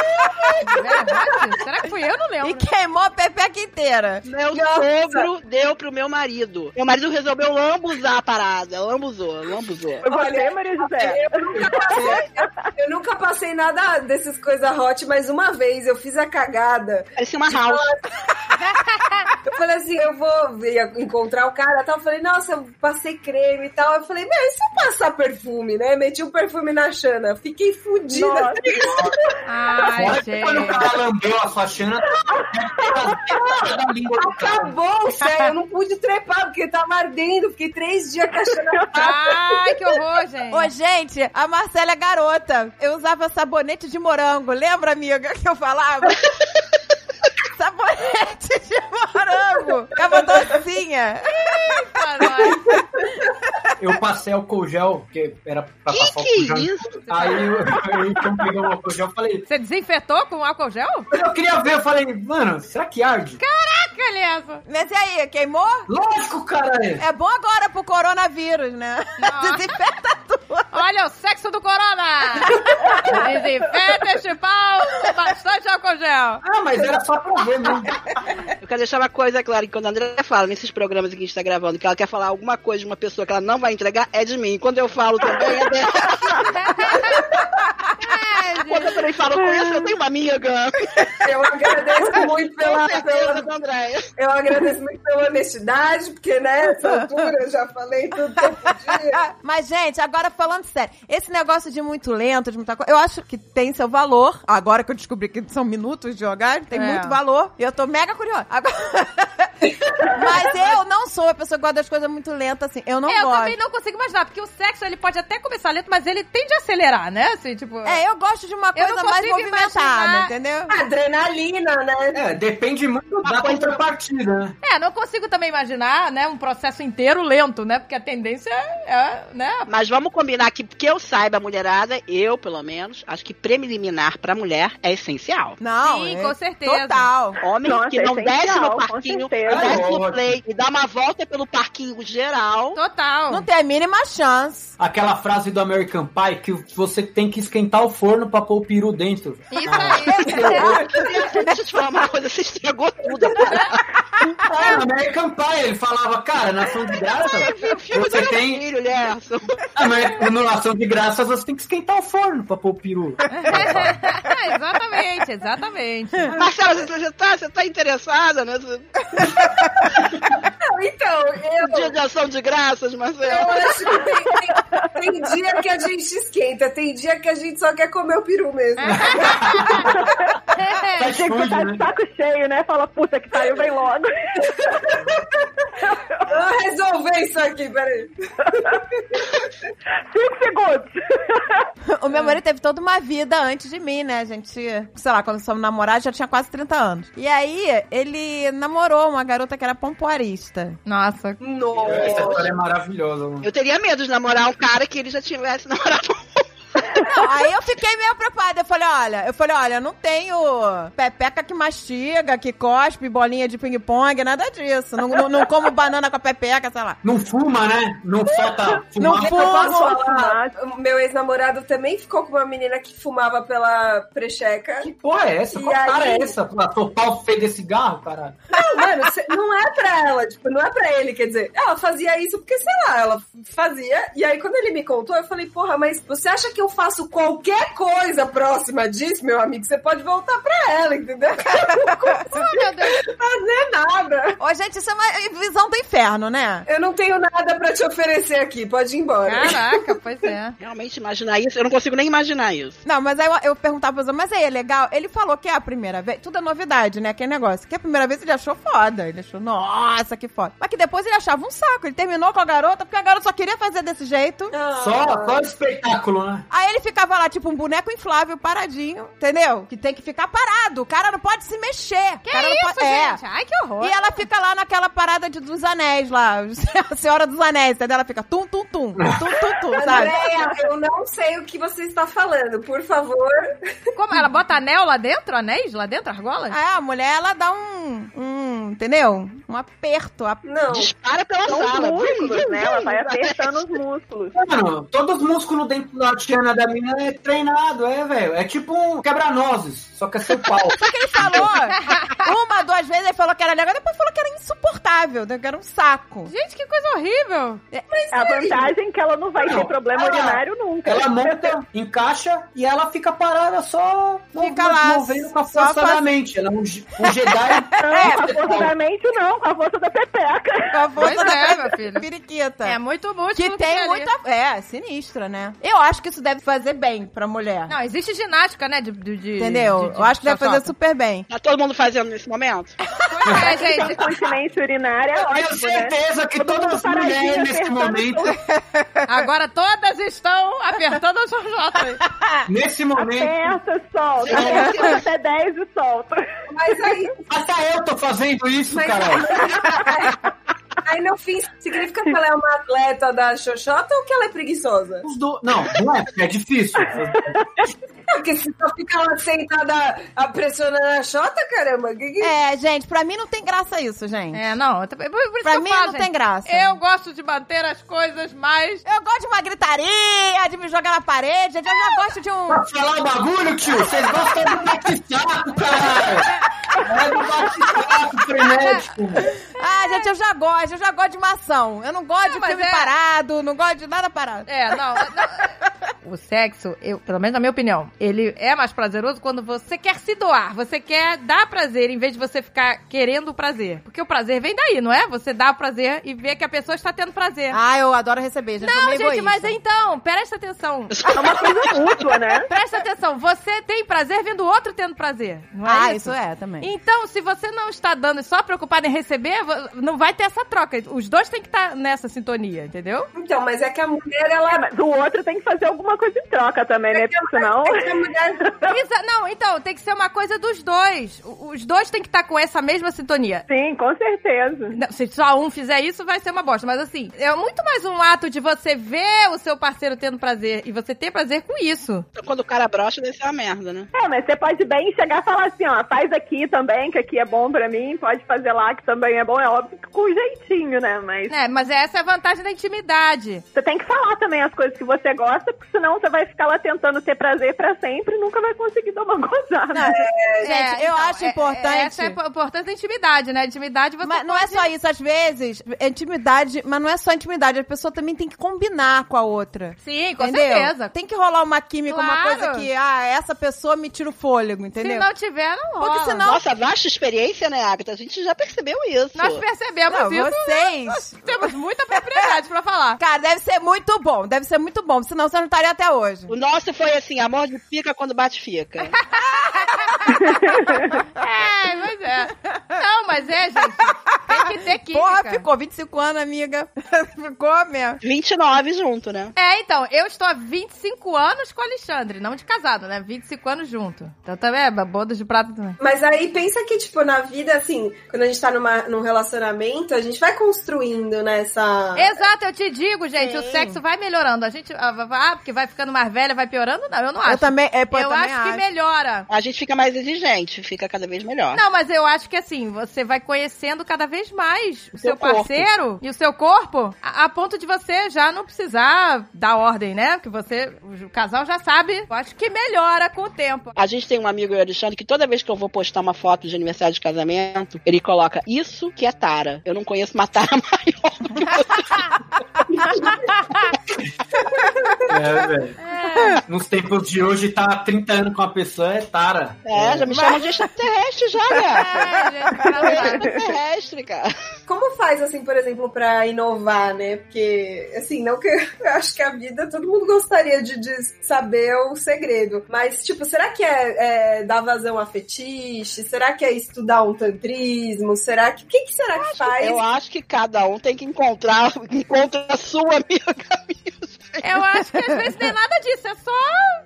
[SPEAKER 1] É Verdade? Será que fui eu? Não
[SPEAKER 2] e
[SPEAKER 1] lembro.
[SPEAKER 2] queimou a pepeca inteira.
[SPEAKER 3] Meu
[SPEAKER 6] Nossa.
[SPEAKER 3] sogro deu pro meu marido. Meu marido resolveu lambuzar a parada. Lambuzou, lambuzou.
[SPEAKER 4] Foi você,
[SPEAKER 6] Olha,
[SPEAKER 4] Maria José?
[SPEAKER 6] Eu nunca passei, eu, eu nunca passei nada dessas coisas hot, mas uma vez eu fiz a cagada.
[SPEAKER 3] Parecia uma house.
[SPEAKER 6] Eu falei assim, eu vou ia encontrar o cara e tal. Eu falei, nossa, eu passei creme e tal. Eu falei, meu, e se eu passar perfume, né? Meti um perfume na Xana. Fiquei fudida.
[SPEAKER 4] Nossa.
[SPEAKER 5] assim.
[SPEAKER 1] Ai,
[SPEAKER 5] Olha que Quando o
[SPEAKER 1] gente.
[SPEAKER 5] cara lambeu a sua chana, da língua do cara.
[SPEAKER 6] Acabou, Tá sério. Eu não pude trepar, porque tava ardendo. Fiquei três dias com a Xana.
[SPEAKER 1] Ai, que horror, gente.
[SPEAKER 2] Ô, gente, a Marcela é garota. Eu usava sabonete de morango. Lembra, amiga, que eu falava? sabonete de morango. Ficava docinha.
[SPEAKER 1] Pra nós.
[SPEAKER 5] Eu passei álcool gel, porque era pra
[SPEAKER 3] Que
[SPEAKER 5] passar
[SPEAKER 3] que
[SPEAKER 5] álcool gel.
[SPEAKER 3] isso?
[SPEAKER 5] Aí eu, eu, eu peguei o álcool gel e falei.
[SPEAKER 1] Você desinfetou com álcool gel? Ah,
[SPEAKER 5] Eu queria ver, eu falei, mano, será que arde?
[SPEAKER 1] Que aliança.
[SPEAKER 2] Mas e aí, queimou?
[SPEAKER 5] Lógico, caralho!
[SPEAKER 2] É bom agora pro coronavírus, né?
[SPEAKER 1] Não.
[SPEAKER 2] Desinfeta tudo.
[SPEAKER 1] Olha o sexo do corona. Desinfeta este pau com bastante álcool gel.
[SPEAKER 5] Ah, mas era só pra ver, né? mano.
[SPEAKER 3] Eu quero deixar uma coisa clara, que quando a Andrea fala nesses programas que a gente tá gravando, que ela quer falar alguma coisa de uma pessoa que ela não vai entregar, é de mim. Quando eu falo também, é dela.
[SPEAKER 1] É,
[SPEAKER 3] Quando eu também falo com isso, eu tenho uma amiga.
[SPEAKER 6] Eu agradeço muito
[SPEAKER 3] Com
[SPEAKER 6] pela,
[SPEAKER 3] certeza,
[SPEAKER 6] pela-
[SPEAKER 3] da Andrea.
[SPEAKER 6] Eu agradeço muito pela honestidade, porque nessa altura eu já falei tudo que eu podia.
[SPEAKER 2] Ah, Mas, gente, agora falando sério, esse negócio de muito lento, de muita coisa, eu acho que tem seu valor. Agora que eu descobri que são minutos de jogar, tem
[SPEAKER 1] É.
[SPEAKER 2] muito valor. E eu tô mega curiosa. Agora- Mas eu não sou a pessoa que gosta das coisas muito lentas, assim. Eu não
[SPEAKER 1] É, eu
[SPEAKER 2] gosto.
[SPEAKER 1] também não consigo imaginar, porque o sexo ele pode até começar lento, mas ele tende a acelerar, né? Assim, tipo.
[SPEAKER 2] É, eu gosto de uma
[SPEAKER 1] Eu não
[SPEAKER 2] coisa mais
[SPEAKER 1] consigo
[SPEAKER 2] movimentada,
[SPEAKER 1] imaginar-
[SPEAKER 2] entendeu?
[SPEAKER 6] Adrenalina, né?
[SPEAKER 5] É, depende muito da contrapartida, né?
[SPEAKER 1] É, não consigo também imaginar, né, um processo inteiro lento, né? Porque a tendência é, né?
[SPEAKER 3] Mas vamos combinar que, que eu saiba, mulherada, eu, pelo menos, acho que preliminar pra mulher é essencial.
[SPEAKER 2] Não.
[SPEAKER 1] Sim,
[SPEAKER 2] é
[SPEAKER 1] com certeza.
[SPEAKER 2] Total.
[SPEAKER 3] Homem
[SPEAKER 4] Nossa,
[SPEAKER 3] que não
[SPEAKER 4] é
[SPEAKER 3] desce
[SPEAKER 4] essencial,
[SPEAKER 3] no
[SPEAKER 4] com
[SPEAKER 3] parquinho,
[SPEAKER 4] certeza.
[SPEAKER 3] desce
[SPEAKER 5] Ótimo.
[SPEAKER 3] no play e dá uma volta pelo parquinho geral.
[SPEAKER 1] Total.
[SPEAKER 2] Não tem a mínima chance.
[SPEAKER 5] Aquela frase do American Pie que você tem que esquentar o forno pra pôr o peru dentro.
[SPEAKER 1] Isso aí.
[SPEAKER 3] Deixa eu te falar uma coisa, você estragou tudo.
[SPEAKER 5] É, no American Pie, ele falava, cara, na ação de graça,
[SPEAKER 3] Eu fico
[SPEAKER 5] você
[SPEAKER 3] dando
[SPEAKER 5] tem.
[SPEAKER 3] filho, Lerson.
[SPEAKER 5] Ah, mas Na ação de graça, você tem que esquentar o forno pra pôr o
[SPEAKER 1] né?
[SPEAKER 5] peru.
[SPEAKER 1] exatamente, exatamente.
[SPEAKER 3] Marcela, você, você, tá, você tá interessada nesse
[SPEAKER 6] Não, então,
[SPEAKER 3] dia
[SPEAKER 6] eu.
[SPEAKER 3] de ação de graças,
[SPEAKER 6] Eu
[SPEAKER 3] Marcela?
[SPEAKER 6] acho que tem, tem- tem dia que a gente esquenta, tem dia que a gente só quer comer o peru mesmo.
[SPEAKER 1] É,
[SPEAKER 5] Fast
[SPEAKER 4] Tem que
[SPEAKER 5] food,
[SPEAKER 4] tá
[SPEAKER 5] né?
[SPEAKER 4] de saco cheio, né? Fala, puta que pariu, vem logo.
[SPEAKER 6] Vamos resolver isso aqui, peraí.
[SPEAKER 4] Cinco segundos.
[SPEAKER 2] O
[SPEAKER 1] Ah.
[SPEAKER 2] meu marido teve toda uma vida antes de mim, né? A gente, sei lá, quando somos namorados, já tinha quase 30 anos. E aí, ele namorou uma garota que era pompoarista.
[SPEAKER 1] Nossa.
[SPEAKER 5] Essa
[SPEAKER 6] Nossa.
[SPEAKER 5] história é maravilhosa, mano.
[SPEAKER 3] Eu teria medo de namorar um cara que ele já tivesse namorado.
[SPEAKER 2] Não, aí eu fiquei meio preocupada. Eu falei, olha, eu falei, olha, eu não tenho pepeca que mastiga, que cospe, bolinha de ping-pong, nada disso. Não, não- não como banana com a pepeca, sei lá.
[SPEAKER 5] Não fuma, né? Não falta fumar.
[SPEAKER 2] Não
[SPEAKER 6] Eu
[SPEAKER 2] fuma.
[SPEAKER 6] posso
[SPEAKER 2] Vamos.
[SPEAKER 6] falar? O Meu ex-namorado também ficou com uma menina que fumava pela precheca.
[SPEAKER 5] Que porra é essa?
[SPEAKER 6] E
[SPEAKER 5] Qual cara
[SPEAKER 6] aí?
[SPEAKER 5] é essa? Pra topar o feio desse cigarro, caralho.
[SPEAKER 6] Não, mano, cê- não é pra ela, tipo, não é pra ele, quer dizer, ela fazia isso porque, sei lá, ela fazia, e aí quando ele me contou, eu falei, porra, mas você acha que eu faço qualquer coisa próxima disso, meu amigo? Você pode voltar pra ela, entendeu? Eu não consigo
[SPEAKER 1] Meu Deus.
[SPEAKER 6] fazer nada.
[SPEAKER 2] Ô, gente, isso é uma visão do inferno, né?
[SPEAKER 6] Eu não tenho nada pra te oferecer aqui, pode ir embora.
[SPEAKER 2] Ah.
[SPEAKER 1] Caraca, pois é.
[SPEAKER 3] Realmente imaginar isso, eu não consigo nem imaginar isso.
[SPEAKER 2] Não, mas aí eu, eu perguntava pra pessoa, mas aí é legal? Ele falou que é a primeira vez. Tudo é novidade, né? Aquele negócio. Que a primeira vez ele achou foda. Ele achou, nossa, que foda. Mas que depois ele achava um saco. Ele terminou com a garota porque a garota só queria fazer desse jeito.
[SPEAKER 6] Ah,
[SPEAKER 5] Só, um só espetáculo, né?
[SPEAKER 2] Aí ele ficava lá, tipo, um boneco inflável, paradinho, entendeu? Que tem que ficar parado. O cara não pode se mexer.
[SPEAKER 1] Que
[SPEAKER 2] o cara não
[SPEAKER 1] isso,
[SPEAKER 2] pode- É.
[SPEAKER 1] gente? Ai, que horror.
[SPEAKER 2] E ela fica lá naquela parada de, dos anéis lá, a senhora dos anéis, entendeu? Ela fica tum, tum, tum, tum, tum, tum, sabe?
[SPEAKER 6] Andréia, eu não sei o que você está falando, por favor.
[SPEAKER 1] Como? Ela bota anel lá dentro? Anéis lá dentro? Argolas?
[SPEAKER 2] É, a mulher, ela dá um, um entendeu? Um aperto. a-
[SPEAKER 6] Não.
[SPEAKER 3] Dispara pela
[SPEAKER 4] São os
[SPEAKER 3] sala.
[SPEAKER 4] músculos, né? Ela vai apertando os músculos.
[SPEAKER 5] Mano, todos os músculos dentro da tiana da mina é treinado, é, velho. É tipo um quebra-nozes, só que é seu pau.
[SPEAKER 2] Ele falou uma, duas vezes, ele falou que era legal, depois falou que era insuportável, né? que era um saco.
[SPEAKER 1] Gente, que coisa horrível.
[SPEAKER 4] A vantagem é que ela não vai
[SPEAKER 5] Não,
[SPEAKER 4] ter
[SPEAKER 6] Ah,
[SPEAKER 4] problema
[SPEAKER 5] ela-
[SPEAKER 4] urinário nunca.
[SPEAKER 5] Ela monta, encaixa e ela fica parada só
[SPEAKER 2] Fica lá,
[SPEAKER 5] movendo com a
[SPEAKER 2] só
[SPEAKER 5] força
[SPEAKER 2] faz-
[SPEAKER 5] da mente. Ela é um, je- um Jedi.
[SPEAKER 4] Não, com a força da mente, não. Com a força da pepeca.
[SPEAKER 2] Com a força
[SPEAKER 1] Pois
[SPEAKER 2] da
[SPEAKER 1] é, meu filho.
[SPEAKER 2] periquita.
[SPEAKER 1] É muito múltiplo.
[SPEAKER 2] que tem
[SPEAKER 1] ali.
[SPEAKER 2] muita. É, sinistra, né? Eu acho que isso deve fazer bem pra mulher.
[SPEAKER 1] Não, existe ginástica, né? De, de- de-
[SPEAKER 2] entendeu?
[SPEAKER 1] de- de
[SPEAKER 2] Eu acho que deve fazer
[SPEAKER 1] xoxota.
[SPEAKER 2] super bem.
[SPEAKER 3] Tá todo mundo fazendo nesse momento?
[SPEAKER 1] Pois é, gente.
[SPEAKER 4] Continência urinária é
[SPEAKER 5] Eu tenho
[SPEAKER 4] ótimo, né?
[SPEAKER 5] certeza que
[SPEAKER 4] Todo
[SPEAKER 5] todas
[SPEAKER 4] mundo
[SPEAKER 5] as
[SPEAKER 4] paradinho,
[SPEAKER 5] mulheres nesse
[SPEAKER 4] apertando
[SPEAKER 5] momento,
[SPEAKER 1] Agora todas estão apertando as xoxotas.
[SPEAKER 5] nesse momento,
[SPEAKER 4] Aperta, solta. Aperta até 10 e solta.
[SPEAKER 6] Mas aí,
[SPEAKER 5] até eu tô fazendo isso,
[SPEAKER 6] Mas-
[SPEAKER 5] cara.
[SPEAKER 6] aí no fim, significa que ela é uma atleta da Xoxota ou que ela é preguiçosa?
[SPEAKER 5] Os do- Não, não é, é difícil.
[SPEAKER 6] É, Porque se só ficar lá sentada a pressionando a Xota, caramba, que que...
[SPEAKER 2] É, gente, pra mim não tem graça isso, gente.
[SPEAKER 1] É, não. eu também- Por, por isso
[SPEAKER 2] Pra
[SPEAKER 1] que eu
[SPEAKER 2] mim
[SPEAKER 1] falo,
[SPEAKER 2] não
[SPEAKER 1] gente.
[SPEAKER 2] tem graça.
[SPEAKER 1] Eu gosto de manter as coisas mais...
[SPEAKER 2] Eu gosto de uma gritaria, de me jogar na parede, gente. Eu já gosto de um.
[SPEAKER 1] É.
[SPEAKER 5] Pra falar o bagulho, tio, vocês gostam do bate-saco, caralho. É do bate-saco frenético.
[SPEAKER 2] Ah, gente, eu já gosto, eu já gosto de uma ação. Eu não gosto de
[SPEAKER 1] mas
[SPEAKER 2] filme
[SPEAKER 1] é-
[SPEAKER 2] parado, não gosto de nada parado.
[SPEAKER 1] É, não, não. O sexo, eu, pelo menos na minha opinião, ele é mais prazeroso quando você quer se doar. Você quer dar prazer em vez de você ficar querendo o prazer. Porque o prazer vem daí, não é? Você dá o prazer e vê que a pessoa está tendo prazer.
[SPEAKER 2] Ah, eu adoro receber, gente. eu Ah,
[SPEAKER 1] não,
[SPEAKER 2] sou
[SPEAKER 1] gente,
[SPEAKER 2] meio
[SPEAKER 1] mas
[SPEAKER 2] egoísta.
[SPEAKER 1] então, presta atenção.
[SPEAKER 4] É uma coisa mútua, né?
[SPEAKER 1] Presta atenção, você tem prazer vendo o outro tendo prazer. Não é
[SPEAKER 2] Ah,
[SPEAKER 1] isso?
[SPEAKER 2] isso é também.
[SPEAKER 1] Então, se você não está dando e só preocupado em receber, vo- não vai ter essa troca. Os dois têm que estar nessa sintonia, entendeu?
[SPEAKER 6] Então, mas é que a mulher, ela...
[SPEAKER 4] É, mas o outro tem que fazer alguma coisa em troca também, né? Porque senão...
[SPEAKER 6] É que a mulher...
[SPEAKER 1] Isa- não, então, tem que ser uma coisa dos dois. O- Os dois têm que estar com essa mesma sintonia.
[SPEAKER 4] Sim, com certeza.
[SPEAKER 1] Não, se só um fizer isso, vai ser uma bosta. Mas assim, é muito mais um ato de você ver o seu parceiro tendo prazer e você ter prazer com isso.
[SPEAKER 3] Então, Quando o cara brocha, deve ser uma merda, né?
[SPEAKER 4] É, mas você pode bem chegar e falar assim, ó, faz aqui também, que aqui é bom pra mim, pode fazer lá, que também é bom, é óbvio que com jeitinho, né? Mas
[SPEAKER 1] Né? Mas essa é a vantagem da intimidade.
[SPEAKER 4] você tem que falar também as coisas que você gosta, porque senão você vai ficar lá tentando ter prazer pra sempre e nunca vai conseguir dar uma gozada.
[SPEAKER 2] Gente, É, eu acho importante-
[SPEAKER 1] essa então, é a importância da intimidade, né? Intimidade você.
[SPEAKER 2] Mas não é
[SPEAKER 1] pode-
[SPEAKER 2] só isso, às vezes, é intimidade, mas não é só intimidade, a pessoa também tem que combinar com a outra.
[SPEAKER 1] Sim, com
[SPEAKER 2] entendeu?
[SPEAKER 1] certeza.
[SPEAKER 2] Tem que rolar uma química, uma
[SPEAKER 1] Claro.
[SPEAKER 2] coisa que, ah, essa pessoa me tira o fôlego,
[SPEAKER 1] Se
[SPEAKER 2] entendeu?
[SPEAKER 1] não tiver, não rola.
[SPEAKER 2] Porque senão-
[SPEAKER 3] Nossa, vasta experiência, né, Agatha? A gente já percebeu isso.
[SPEAKER 1] Nós percebemos
[SPEAKER 2] Não,
[SPEAKER 1] isso.
[SPEAKER 2] vocês.
[SPEAKER 1] Nós temos muita propriedade pra falar.
[SPEAKER 2] Cara, deve ser muito bom, deve ser muito bom, senão você não estaria até hoje.
[SPEAKER 3] O nosso foi assim, amor de pica quando bate fica.
[SPEAKER 1] É, mas é. Não, mas é, gente. Tem tem que ter química.
[SPEAKER 2] Porra, ficou 25 anos, amiga. ficou mesmo.
[SPEAKER 3] 29 junto, né?
[SPEAKER 1] É, então, eu estou há 25 anos com o Alexandre, não de casado, né? 25 anos junto. Então também é bodas de prata também.
[SPEAKER 6] Mas aí pensa que, tipo, na vida, assim, quando a gente tá numa, num relacionamento, a gente vai construindo nessa.
[SPEAKER 1] Exato, eu te digo, gente, o sexo vai melhorando. A gente, ah, ah, porque vai ficando mais velha, vai piorando? Não, eu não acho.
[SPEAKER 2] Eu também, é, pô, eu
[SPEAKER 1] eu
[SPEAKER 2] também
[SPEAKER 1] acho que melhora.
[SPEAKER 3] A gente fica mais exigente, fica cada vez melhor.
[SPEAKER 1] Não, mas eu acho que assim, você vai conhecendo cada vez mais o seu
[SPEAKER 3] seu corpo.
[SPEAKER 1] parceiro e o seu corpo, a, a ponto de você já não precisar dar ordem, né? Porque você, o casal já sabe. Eu acho que melhora com o tempo.
[SPEAKER 3] A gente tem um amigo, o Alexandre, que toda vez que eu vou postar uma foto de aniversário de casamento, ele coloca isso que é tara. Eu não conheço uma tara maior do que
[SPEAKER 5] É, velho. Nos tempos de hoje, tá há 30 anos com a pessoa, é tara.
[SPEAKER 3] É, já me chamam de extraterrestre já, né?
[SPEAKER 1] É, gente, pra
[SPEAKER 3] Eu
[SPEAKER 1] lá.
[SPEAKER 3] sou extraterrestre, cara.
[SPEAKER 6] Como faz, assim, por exemplo, pra inovar, né? Porque, assim, não que eu acho que a vida todo mundo gostaria de, de saber o segredo. Mas, tipo, será que é, é dar vazão a fetiche? Será que é estudar um tantrismo? Será que. O que, que será que faz?
[SPEAKER 3] Eu acho que cada um tem que encontrar, encontra a sua amiga camisa.
[SPEAKER 1] Eu acho que às vezes nem nada disso, é só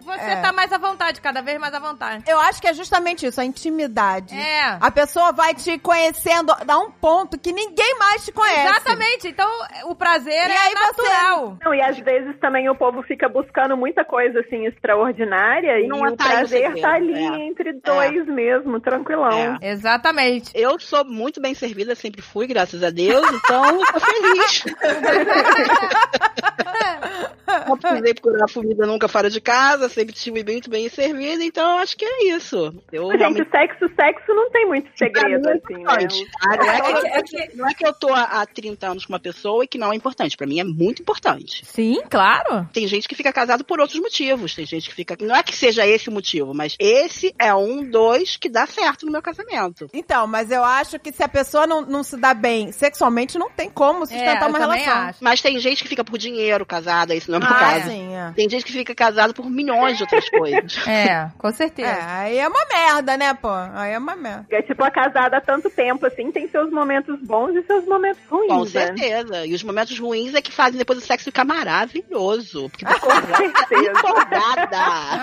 [SPEAKER 1] você
[SPEAKER 2] É.
[SPEAKER 1] tá mais à vontade, cada vez mais à vontade.
[SPEAKER 2] Eu acho que é justamente isso, a intimidade.
[SPEAKER 1] É.
[SPEAKER 2] A pessoa vai te conhecendo, dá um ponto que ninguém mais te conhece.
[SPEAKER 1] Exatamente, então o prazer
[SPEAKER 2] E
[SPEAKER 1] é
[SPEAKER 2] aí você-
[SPEAKER 1] natural.
[SPEAKER 4] Não, e às vezes também o povo fica buscando muita coisa assim extraordinária
[SPEAKER 3] Não
[SPEAKER 4] e o
[SPEAKER 3] atrai o
[SPEAKER 4] prazer
[SPEAKER 3] segredo,
[SPEAKER 4] tá ali
[SPEAKER 3] é.
[SPEAKER 4] entre dois mesmo, tranquilão.
[SPEAKER 3] É.
[SPEAKER 1] Exatamente.
[SPEAKER 3] Eu sou muito bem servida, sempre fui, graças a Deus, então eu tô feliz. Não precisei procurar comida nunca fora de casa, sempre estive muito bem servida, então eu acho que é isso. Eu
[SPEAKER 4] Gente, sexo, sexo não tem muito segredo,
[SPEAKER 3] Pra mim
[SPEAKER 4] assim,
[SPEAKER 3] é
[SPEAKER 4] né?
[SPEAKER 3] importante. Ah, não é que eu-
[SPEAKER 6] É que- é que-
[SPEAKER 3] Não é que eu tô há há 30 anos com uma pessoa e que não é importante. Pra mim é muito importante.
[SPEAKER 1] Sim, claro.
[SPEAKER 3] Tem gente que fica casado por outros motivos. Tem gente que fica. Não é que seja esse o motivo, mas esse é um dos que dá certo no meu casamento.
[SPEAKER 2] Então, mas eu acho que se a pessoa não, não se dá bem sexualmente, não tem como sustentar
[SPEAKER 1] é,
[SPEAKER 2] uma
[SPEAKER 1] eu também
[SPEAKER 2] relação.
[SPEAKER 1] acho.
[SPEAKER 3] Mas tem gente que fica por dinheiro casada, isso não é meu
[SPEAKER 1] Ah,
[SPEAKER 3] caso.
[SPEAKER 2] sim, é.
[SPEAKER 3] Tem gente que fica casado por milhões de outras coisas.
[SPEAKER 1] É, com certeza.
[SPEAKER 2] É, aí é uma merda, né, pô? Aí é uma merda.
[SPEAKER 4] É tipo a casada há tanto tempo, assim, tem seus momentos bons e seus momentos
[SPEAKER 3] Com
[SPEAKER 4] ruins, né?
[SPEAKER 3] certeza. E os momentos ruins é que fazem depois o sexo ficar maravilhoso. Porque tá
[SPEAKER 4] certeza.
[SPEAKER 3] empolgada.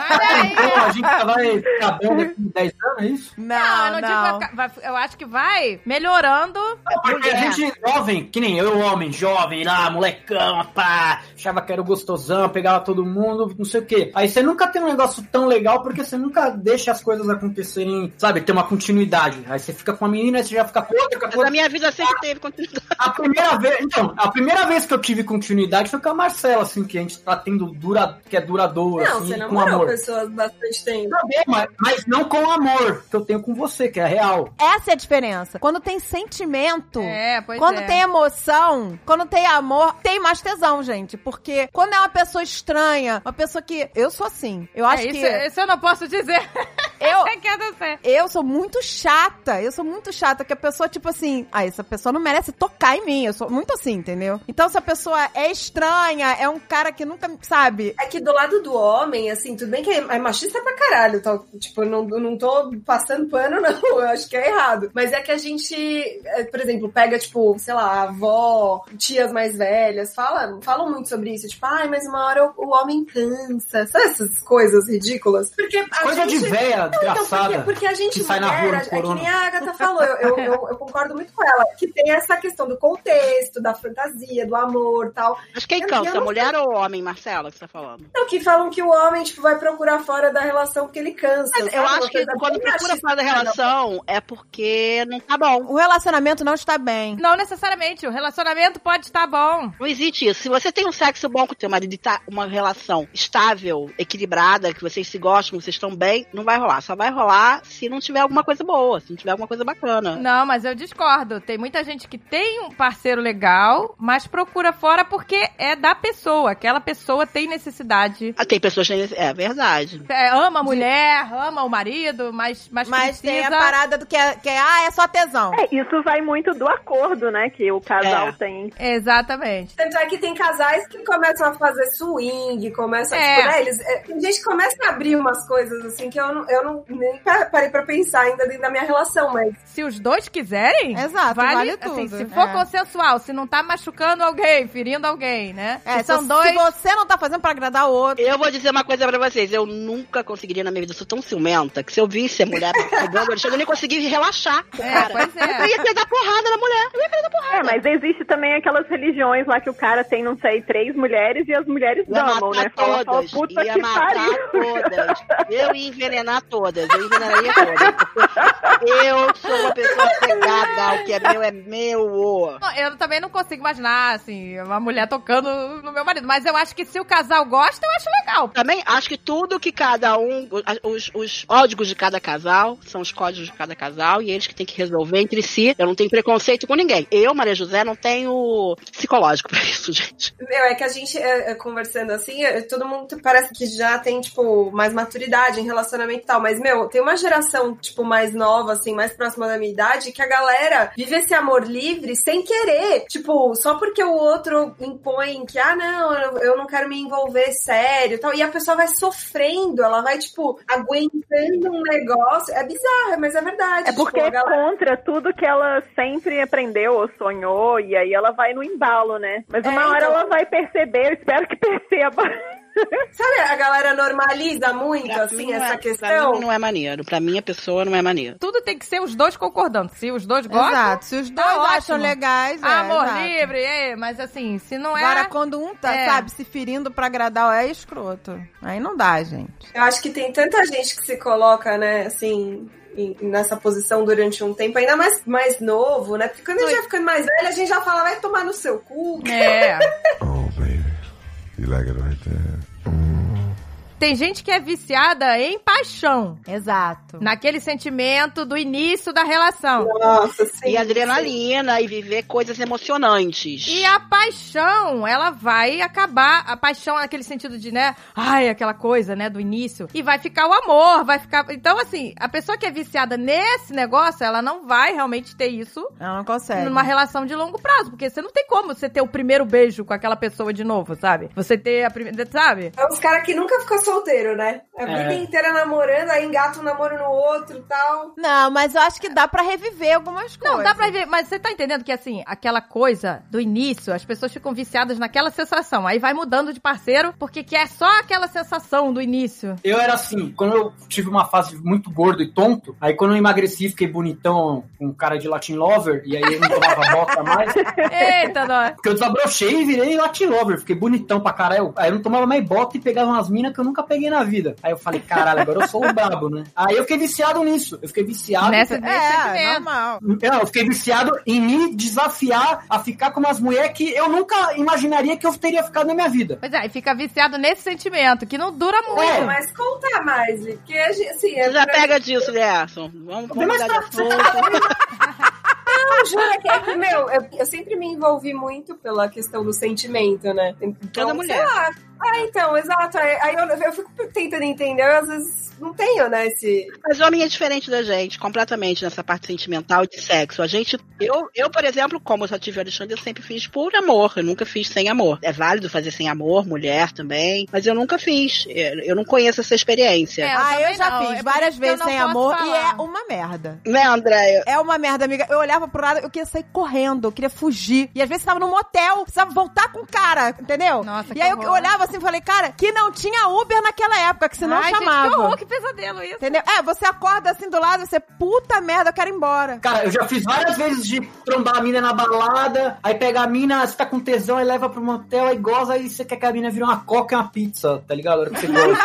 [SPEAKER 1] Olha aí,
[SPEAKER 5] Então, a gente tá vai acabando daqui em 10 anos, é isso?
[SPEAKER 1] Não, eu não,
[SPEAKER 2] Não, não.
[SPEAKER 1] digo vai ficar- vai- eu acho que vai melhorando.
[SPEAKER 5] Não, porque
[SPEAKER 1] Mulher.
[SPEAKER 5] a gente é jovem, que nem eu, homem, jovem, lá, molecão, pá, achava que era o gostosão, pegava todo mundo, não sei o quê. Aí você nunca tem um negócio tão legal porque você nunca deixa as coisas acontecerem, sabe, ter uma continuidade. Aí você fica com uma menina, aí você já fica com outra, com a
[SPEAKER 3] Mas a
[SPEAKER 5] outra.
[SPEAKER 3] minha vida sempre teve continuidade.
[SPEAKER 5] A primeira vez, então, a primeira vez que eu tive continuidade foi com a Marcela, assim, que a gente tá tendo dura, que é duradouro,
[SPEAKER 6] Não,
[SPEAKER 5] assim,
[SPEAKER 6] você
[SPEAKER 5] com
[SPEAKER 6] namorou
[SPEAKER 5] amor.
[SPEAKER 6] pessoas bastante tempo.
[SPEAKER 5] Tá bem, mas, mas não com o amor que eu tenho com você, que é real.
[SPEAKER 2] Essa é a diferença. Quando tem sentimento.
[SPEAKER 1] É, pois
[SPEAKER 2] Quando
[SPEAKER 1] é.
[SPEAKER 2] tem emoção, quando tem amor, tem mais tesão, gente. Porque quando é uma pessoa estranha, uma pessoa que. Eu sou assim. Eu
[SPEAKER 1] É,
[SPEAKER 2] acho
[SPEAKER 1] isso,
[SPEAKER 2] que.
[SPEAKER 1] isso eu não posso dizer.
[SPEAKER 2] Eu,
[SPEAKER 1] É que é do céu.
[SPEAKER 2] eu sou muito chata. Eu sou muito chata. Que a pessoa, tipo assim, ah, essa pessoa não merece tocar em mim. Eu sou muito assim, entendeu? Então, se a pessoa é estranha, é um cara que nunca. Sabe?
[SPEAKER 6] É que do lado do homem, assim, tudo bem que é é machista pra caralho, tá? tipo, eu não, eu não tô passando pano, não, eu acho que é errado. Mas é que a gente, é, por exemplo, pega, tipo, sei lá, avó, tias mais velhas, fala, falam muito sobre isso, tipo, ai, mas uma hora o, o homem cansa, sabe essas coisas ridículas? Porque a
[SPEAKER 5] Coisa
[SPEAKER 6] gente...
[SPEAKER 5] de véia,
[SPEAKER 6] Não, então,
[SPEAKER 5] desgraçada.
[SPEAKER 6] porque, porque a gente
[SPEAKER 5] que sai na
[SPEAKER 6] mulher,
[SPEAKER 5] rua no
[SPEAKER 6] é que
[SPEAKER 5] corona.
[SPEAKER 6] nem a Agatha falou, eu, eu, eu- eu concordo muito com ela, que tem essa questão do contexto, da fantasia, do amor tal.
[SPEAKER 3] Mas quem
[SPEAKER 6] Eu- eu
[SPEAKER 3] cansa,
[SPEAKER 6] não
[SPEAKER 3] mulher ou homem, Marcela, que você tá falando?
[SPEAKER 6] Não, que falam que o homem, tipo, vai procurar fora da relação porque ele cansa.
[SPEAKER 3] Mas eu acho
[SPEAKER 6] tá
[SPEAKER 3] que quando procura fora da relação é porque não tá bom.
[SPEAKER 2] O relacionamento não está bem.
[SPEAKER 1] Não necessariamente, o relacionamento pode estar bom.
[SPEAKER 3] Não existe isso. Se você tem um sexo bom com o teu marido e tá uma relação estável, equilibrada, que vocês se gostam, vocês estão bem, não vai rolar. Só vai rolar se não tiver alguma coisa boa, se não tiver alguma coisa bacana.
[SPEAKER 1] Não, mas eu discordo. Tem muita gente que tem um parceiro legal, mas procura fora porque é da pessoa. Aquela pessoa tem necessidade.
[SPEAKER 3] Ah, Tem pessoas que... É verdade.
[SPEAKER 1] É, ama a mulher, ama o marido, mas, mas,
[SPEAKER 2] Mas tem
[SPEAKER 1] precisa...
[SPEAKER 2] a parada do que é, que é, ah, é só tesão.
[SPEAKER 4] É, isso vai muito do acordo, né, que o casal
[SPEAKER 3] É.
[SPEAKER 4] tem.
[SPEAKER 1] Exatamente.
[SPEAKER 6] Tanto é que tem casais que começam a fazer swing, começa
[SPEAKER 1] É.
[SPEAKER 6] tipo, né, eles, é, tem gente que começa a abrir umas coisas assim que eu não, eu não nem pa- parei pra pensar ainda dentro da minha relação, mas
[SPEAKER 1] Se os dois quiserem,
[SPEAKER 2] Exato, vale, tudo.
[SPEAKER 1] É, assim, se for
[SPEAKER 2] É.
[SPEAKER 1] consensual, se não tá machucando alguém, ferindo alguém, né?
[SPEAKER 2] É,
[SPEAKER 1] se
[SPEAKER 2] se,
[SPEAKER 1] são dois.
[SPEAKER 2] se você não tá fazendo pra agradar o outro.
[SPEAKER 3] Eu vou dizer uma coisa pra vocês. Eu nunca conseguiria na minha vida. Eu sou tão ciumenta que se eu visse a mulher pegando, eu não ia conseguir relaxar. com o
[SPEAKER 1] É,
[SPEAKER 3] cara.
[SPEAKER 1] pois é.
[SPEAKER 3] Eu ia querer dar porrada na mulher. Eu ia querer dar porrada.
[SPEAKER 4] É, mas existe também aquelas religiões lá que o cara tem, não sei, três mulheres e as mulheres
[SPEAKER 3] Ia
[SPEAKER 4] damam,
[SPEAKER 3] matar
[SPEAKER 4] né? Fala, fala,
[SPEAKER 3] todas.
[SPEAKER 4] puta
[SPEAKER 3] ia
[SPEAKER 4] que
[SPEAKER 3] matar
[SPEAKER 4] pariu.
[SPEAKER 3] todas. Eu ia envenenar todas. Eu envenenaria todas. porque Eu sou uma pessoa pegada. O que é meu é meu.
[SPEAKER 1] Não, Eu também não consigo imaginar, assim, uma mulher tocando no meu marido. Mas eu acho que se o casal gosta, eu acho legal.
[SPEAKER 3] Também acho que tudo que cada um. Os, os códigos de cada casal são os códigos de cada casal e eles que têm que resolver entre si. Eu não tenho preconceito com ninguém. Eu, Maria José, não tenho psicológico pra isso, gente.
[SPEAKER 6] meu, é que a gente é, é, conversando assim, é, todo mundo parece que já tem, tipo, mais maturidade em relacionamento e tal. Mas, meu, tem uma geração, tipo, mais nova, assim, mais próxima da minha idade, que a galera vive esse amor livre sem querer. Tipo, só porque o outro impõe que, ah, não, eu- eu não quero me envolver sério e tal. E a pessoa vai sofrendo, ela vai, tipo, aguentando um negócio. É bizarro, mas é verdade.
[SPEAKER 4] É porque
[SPEAKER 6] tipo, a
[SPEAKER 4] é
[SPEAKER 6] galera...
[SPEAKER 4] contra tudo que ela sempre aprendeu ou sonhou, e aí ela vai no embalo, né? Mas
[SPEAKER 6] É,
[SPEAKER 4] uma hora
[SPEAKER 6] então-
[SPEAKER 4] ela vai perceber, eu espero que perceba.
[SPEAKER 6] Sabe, a galera normaliza muito,
[SPEAKER 3] Pra mim
[SPEAKER 6] assim,
[SPEAKER 3] não é-
[SPEAKER 6] essa
[SPEAKER 3] Pra mim
[SPEAKER 6] questão.
[SPEAKER 3] não é maneiro. Pra mim, a pessoa não é maneiro.
[SPEAKER 1] Tudo tem que ser os dois concordando. Se os dois gostam,
[SPEAKER 2] Exato. Se os
[SPEAKER 1] tá
[SPEAKER 2] dois
[SPEAKER 1] ótimo.
[SPEAKER 2] acham legais, é,
[SPEAKER 1] amor
[SPEAKER 2] exato.
[SPEAKER 1] livre, é, mas assim, se não é.
[SPEAKER 2] Agora, quando um tá,
[SPEAKER 1] É.
[SPEAKER 2] sabe, se ferindo pra agradar, é escroto. Aí não dá, gente.
[SPEAKER 6] Eu acho que tem tanta gente que se coloca, né, assim, em- nessa posição durante um tempo, ainda mais, mais novo, né? Porque quando a gente vai ficando mais velho, a gente já fala, vai tomar no seu cu.
[SPEAKER 1] É.
[SPEAKER 7] Oh, baby. You like it right there? Mm.
[SPEAKER 1] Tem gente que é viciada em paixão.
[SPEAKER 2] Exato.
[SPEAKER 1] Naquele sentimento do início da relação.
[SPEAKER 6] Nossa, sim.
[SPEAKER 3] E adrenalina, e viver coisas emocionantes.
[SPEAKER 1] E a paixão, ela vai acabar. A paixão naquele sentido de, né? Ai, aquela coisa, né? Do início. E vai ficar o amor, vai ficar. Então, assim, a pessoa que é viciada nesse negócio, ela não vai realmente ter isso
[SPEAKER 2] Ela não consegue.
[SPEAKER 1] numa relação de longo prazo. Porque você não tem como você ter o primeiro beijo com aquela pessoa de novo, sabe? Você ter a primeira. Sabe?
[SPEAKER 6] É os caras que nunca ficam solteiro, né? A
[SPEAKER 5] É.
[SPEAKER 6] vida inteira namorando, aí engata um namoro no outro e tal.
[SPEAKER 2] Não, mas eu acho que dá pra reviver algumas coisas.
[SPEAKER 1] Não, dá pra ver, mas você tá entendendo que assim, aquela coisa do início, as pessoas ficam viciadas naquela sensação. Aí vai mudando de parceiro porque quer só aquela sensação do início.
[SPEAKER 5] Eu era assim, quando eu tive uma fase muito gordo e tonto, aí quando eu emagreci, fiquei bonitão, com cara de Latin Lover, e aí eu não tomava boca mais,
[SPEAKER 1] Eita, nós.
[SPEAKER 5] porque eu desabrochei e virei Latin Lover, fiquei bonitão pra caralho. Aí eu não tomava mais bota e pegava umas minas que eu nunca peguei na vida. Aí eu falei, caralho, agora eu sou o brabo, né? Aí eu fiquei viciado nisso, eu fiquei viciado.
[SPEAKER 1] Nessa, nesse
[SPEAKER 2] É, é
[SPEAKER 1] sentimento.
[SPEAKER 2] normal.
[SPEAKER 5] Não, eu fiquei viciado em me desafiar a ficar com umas mulheres que eu nunca imaginaria que eu teria ficado na minha vida.
[SPEAKER 1] Pois é, e fica viciado nesse sentimento, que não dura muito.
[SPEAKER 5] É.
[SPEAKER 6] Mas conta mais, Li, porque a gente, assim...
[SPEAKER 3] Você
[SPEAKER 6] É
[SPEAKER 3] já
[SPEAKER 6] pra-
[SPEAKER 3] pega disso, Gerson. Vamos, vamos
[SPEAKER 5] Mas
[SPEAKER 3] mudar de
[SPEAKER 5] tá-
[SPEAKER 3] assunto.
[SPEAKER 6] Não, jura que é que, meu, eu, eu sempre me envolvi muito pela questão do sentimento, né? Então,
[SPEAKER 3] Toda mulher.
[SPEAKER 6] Sei lá. Ah, então, exato. Aí, aí eu, eu fico tentando entender, eu às vezes não tenho, né, esse...
[SPEAKER 3] Mas o homem é diferente da gente, completamente, nessa parte sentimental e de sexo. A gente. Eu, eu, por exemplo, como eu já tive o Alexandre, eu sempre fiz por amor. Eu nunca fiz sem amor. É válido fazer sem amor, mulher também. Mas eu nunca fiz. Eu eu não conheço essa experiência.
[SPEAKER 1] É, Eu
[SPEAKER 2] ah,
[SPEAKER 1] também
[SPEAKER 2] eu já
[SPEAKER 1] não, é
[SPEAKER 2] fiz
[SPEAKER 1] por
[SPEAKER 2] várias
[SPEAKER 1] isso que eu
[SPEAKER 2] vezes
[SPEAKER 1] não
[SPEAKER 2] sem
[SPEAKER 1] posso
[SPEAKER 2] amor e
[SPEAKER 1] falar.
[SPEAKER 2] é uma merda.
[SPEAKER 3] Né, André?
[SPEAKER 2] É uma merda, amiga. Eu olhava pro lado, eu queria sair correndo, eu queria fugir. E às vezes tava num motel, precisava voltar com o cara, entendeu?
[SPEAKER 1] Nossa, que
[SPEAKER 2] e aí eu,
[SPEAKER 1] horror.
[SPEAKER 2] eu olhava assim e falei, cara, que não tinha Uber naquela época, que senão
[SPEAKER 1] Ai,
[SPEAKER 2] chamava.
[SPEAKER 1] Gente, que horror, que pesadelo isso.
[SPEAKER 2] Entendeu? É, você acorda assim do lado, você, puta merda, eu quero ir embora.
[SPEAKER 5] Cara, eu já fiz várias vezes de trombar a mina na balada, aí pega a mina, você tá com tesão, aí leva pro motel, aí goza, aí você quer que a mina vire uma coca e uma pizza, tá ligado? A hora que você goza.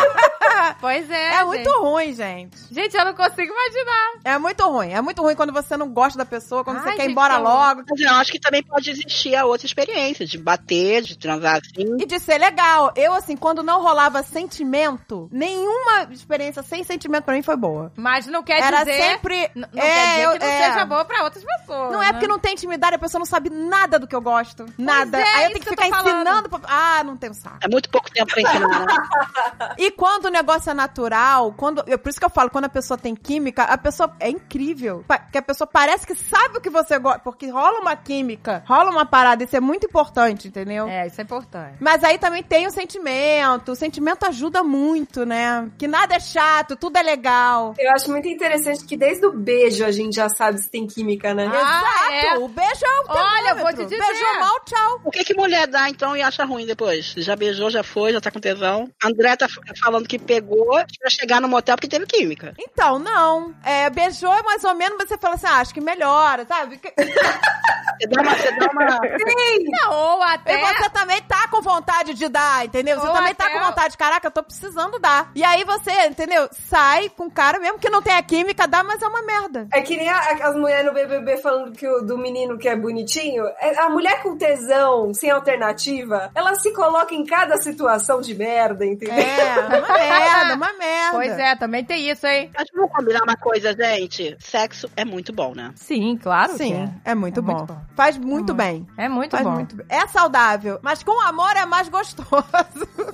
[SPEAKER 1] Pois é.
[SPEAKER 2] É,
[SPEAKER 1] gente.
[SPEAKER 2] muito ruim, gente.
[SPEAKER 1] Gente, eu não consigo imaginar.
[SPEAKER 2] É muito ruim. É muito ruim quando você não gosta da pessoa, quando
[SPEAKER 1] Ai,
[SPEAKER 2] você quer ir
[SPEAKER 1] gente,
[SPEAKER 2] embora
[SPEAKER 1] que horror.
[SPEAKER 2] logo.
[SPEAKER 3] Mas eu acho que também pode existir a outra experiência, de bater, de transar assim.
[SPEAKER 2] E de ser legal. Eu, assim, quando não rolava sentimento, nenhuma experiência sem sentimento pra mim foi boa.
[SPEAKER 1] Mas não quer
[SPEAKER 2] Era
[SPEAKER 1] É dizer.
[SPEAKER 2] sempre.
[SPEAKER 1] n- Não
[SPEAKER 2] É,
[SPEAKER 1] quer dizer
[SPEAKER 2] eu-
[SPEAKER 1] que não
[SPEAKER 2] é.
[SPEAKER 1] seja boa pra outras pessoas. né?
[SPEAKER 2] Não é porque não tem intimidade, a pessoa não sabe nada do que eu gosto. Nada.
[SPEAKER 1] Uhum. é,
[SPEAKER 2] Aí eu
[SPEAKER 1] isso
[SPEAKER 2] tenho
[SPEAKER 1] que
[SPEAKER 2] que
[SPEAKER 1] eu tô
[SPEAKER 2] ficar
[SPEAKER 1] falando.
[SPEAKER 2] ensinando. Pra... Ah, não tenho um saco.
[SPEAKER 3] É muito pouco tempo pra ensinar. né?
[SPEAKER 2] E quando o negócio doença natural, quando. é Por isso que eu falo, quando a pessoa tem química, a pessoa é incrível. Pa- Que a pessoa parece que sabe o que você gosta. Porque rola uma química, rola uma parada, isso é muito importante, entendeu?
[SPEAKER 1] É, isso é importante.
[SPEAKER 2] Mas aí também tem o sentimento. O sentimento ajuda muito, né? Que nada é chato, tudo é legal.
[SPEAKER 6] Eu acho muito interessante que desde o beijo a gente já sabe se tem química, né?
[SPEAKER 1] Ah,
[SPEAKER 2] Exato!
[SPEAKER 1] é?
[SPEAKER 2] O beijo é o
[SPEAKER 1] Olha, eu vou te
[SPEAKER 2] termômetro.
[SPEAKER 1] dizer.
[SPEAKER 2] Beijou mal, tchau.
[SPEAKER 3] O que que mulher dá, então, e acha ruim depois? Já beijou, já foi, já tá com tesão. André tá f- falando que pegou pra chegar no motel porque teve química.
[SPEAKER 2] Então, não. É, beijou é mais ou menos, mas você fala assim, ah, acho que melhora, sabe? Que-
[SPEAKER 3] Você dá uma... Você dá uma...
[SPEAKER 1] Não, ou
[SPEAKER 2] E
[SPEAKER 1] até.
[SPEAKER 2] você também tá com vontade de dar, entendeu? Você
[SPEAKER 1] Ou
[SPEAKER 2] também tá
[SPEAKER 1] até
[SPEAKER 2] com
[SPEAKER 1] o-
[SPEAKER 2] vontade, caraca, eu tô precisando dar. E aí você, entendeu? Sai com o cara mesmo que não tem a química, dá, mas é uma merda.
[SPEAKER 6] É que nem a- as mulheres no BBB falando que o, do menino que é bonitinho. É, A mulher com tesão, sem alternativa, ela se coloca em cada situação de merda, entendeu?
[SPEAKER 2] É, uma merda, uma merda.
[SPEAKER 1] Pois é, também tem isso, hein?
[SPEAKER 3] Mas vamos combinar uma coisa, gente. Sexo é muito bom, né?
[SPEAKER 1] Sim, claro. que
[SPEAKER 2] Sim, é muito,
[SPEAKER 1] É
[SPEAKER 2] bom.
[SPEAKER 1] muito bom.
[SPEAKER 2] Faz muito bem.
[SPEAKER 1] É, é muito
[SPEAKER 2] Faz
[SPEAKER 1] bom.
[SPEAKER 2] muito bem. É saudável, mas com amor é mais gostoso.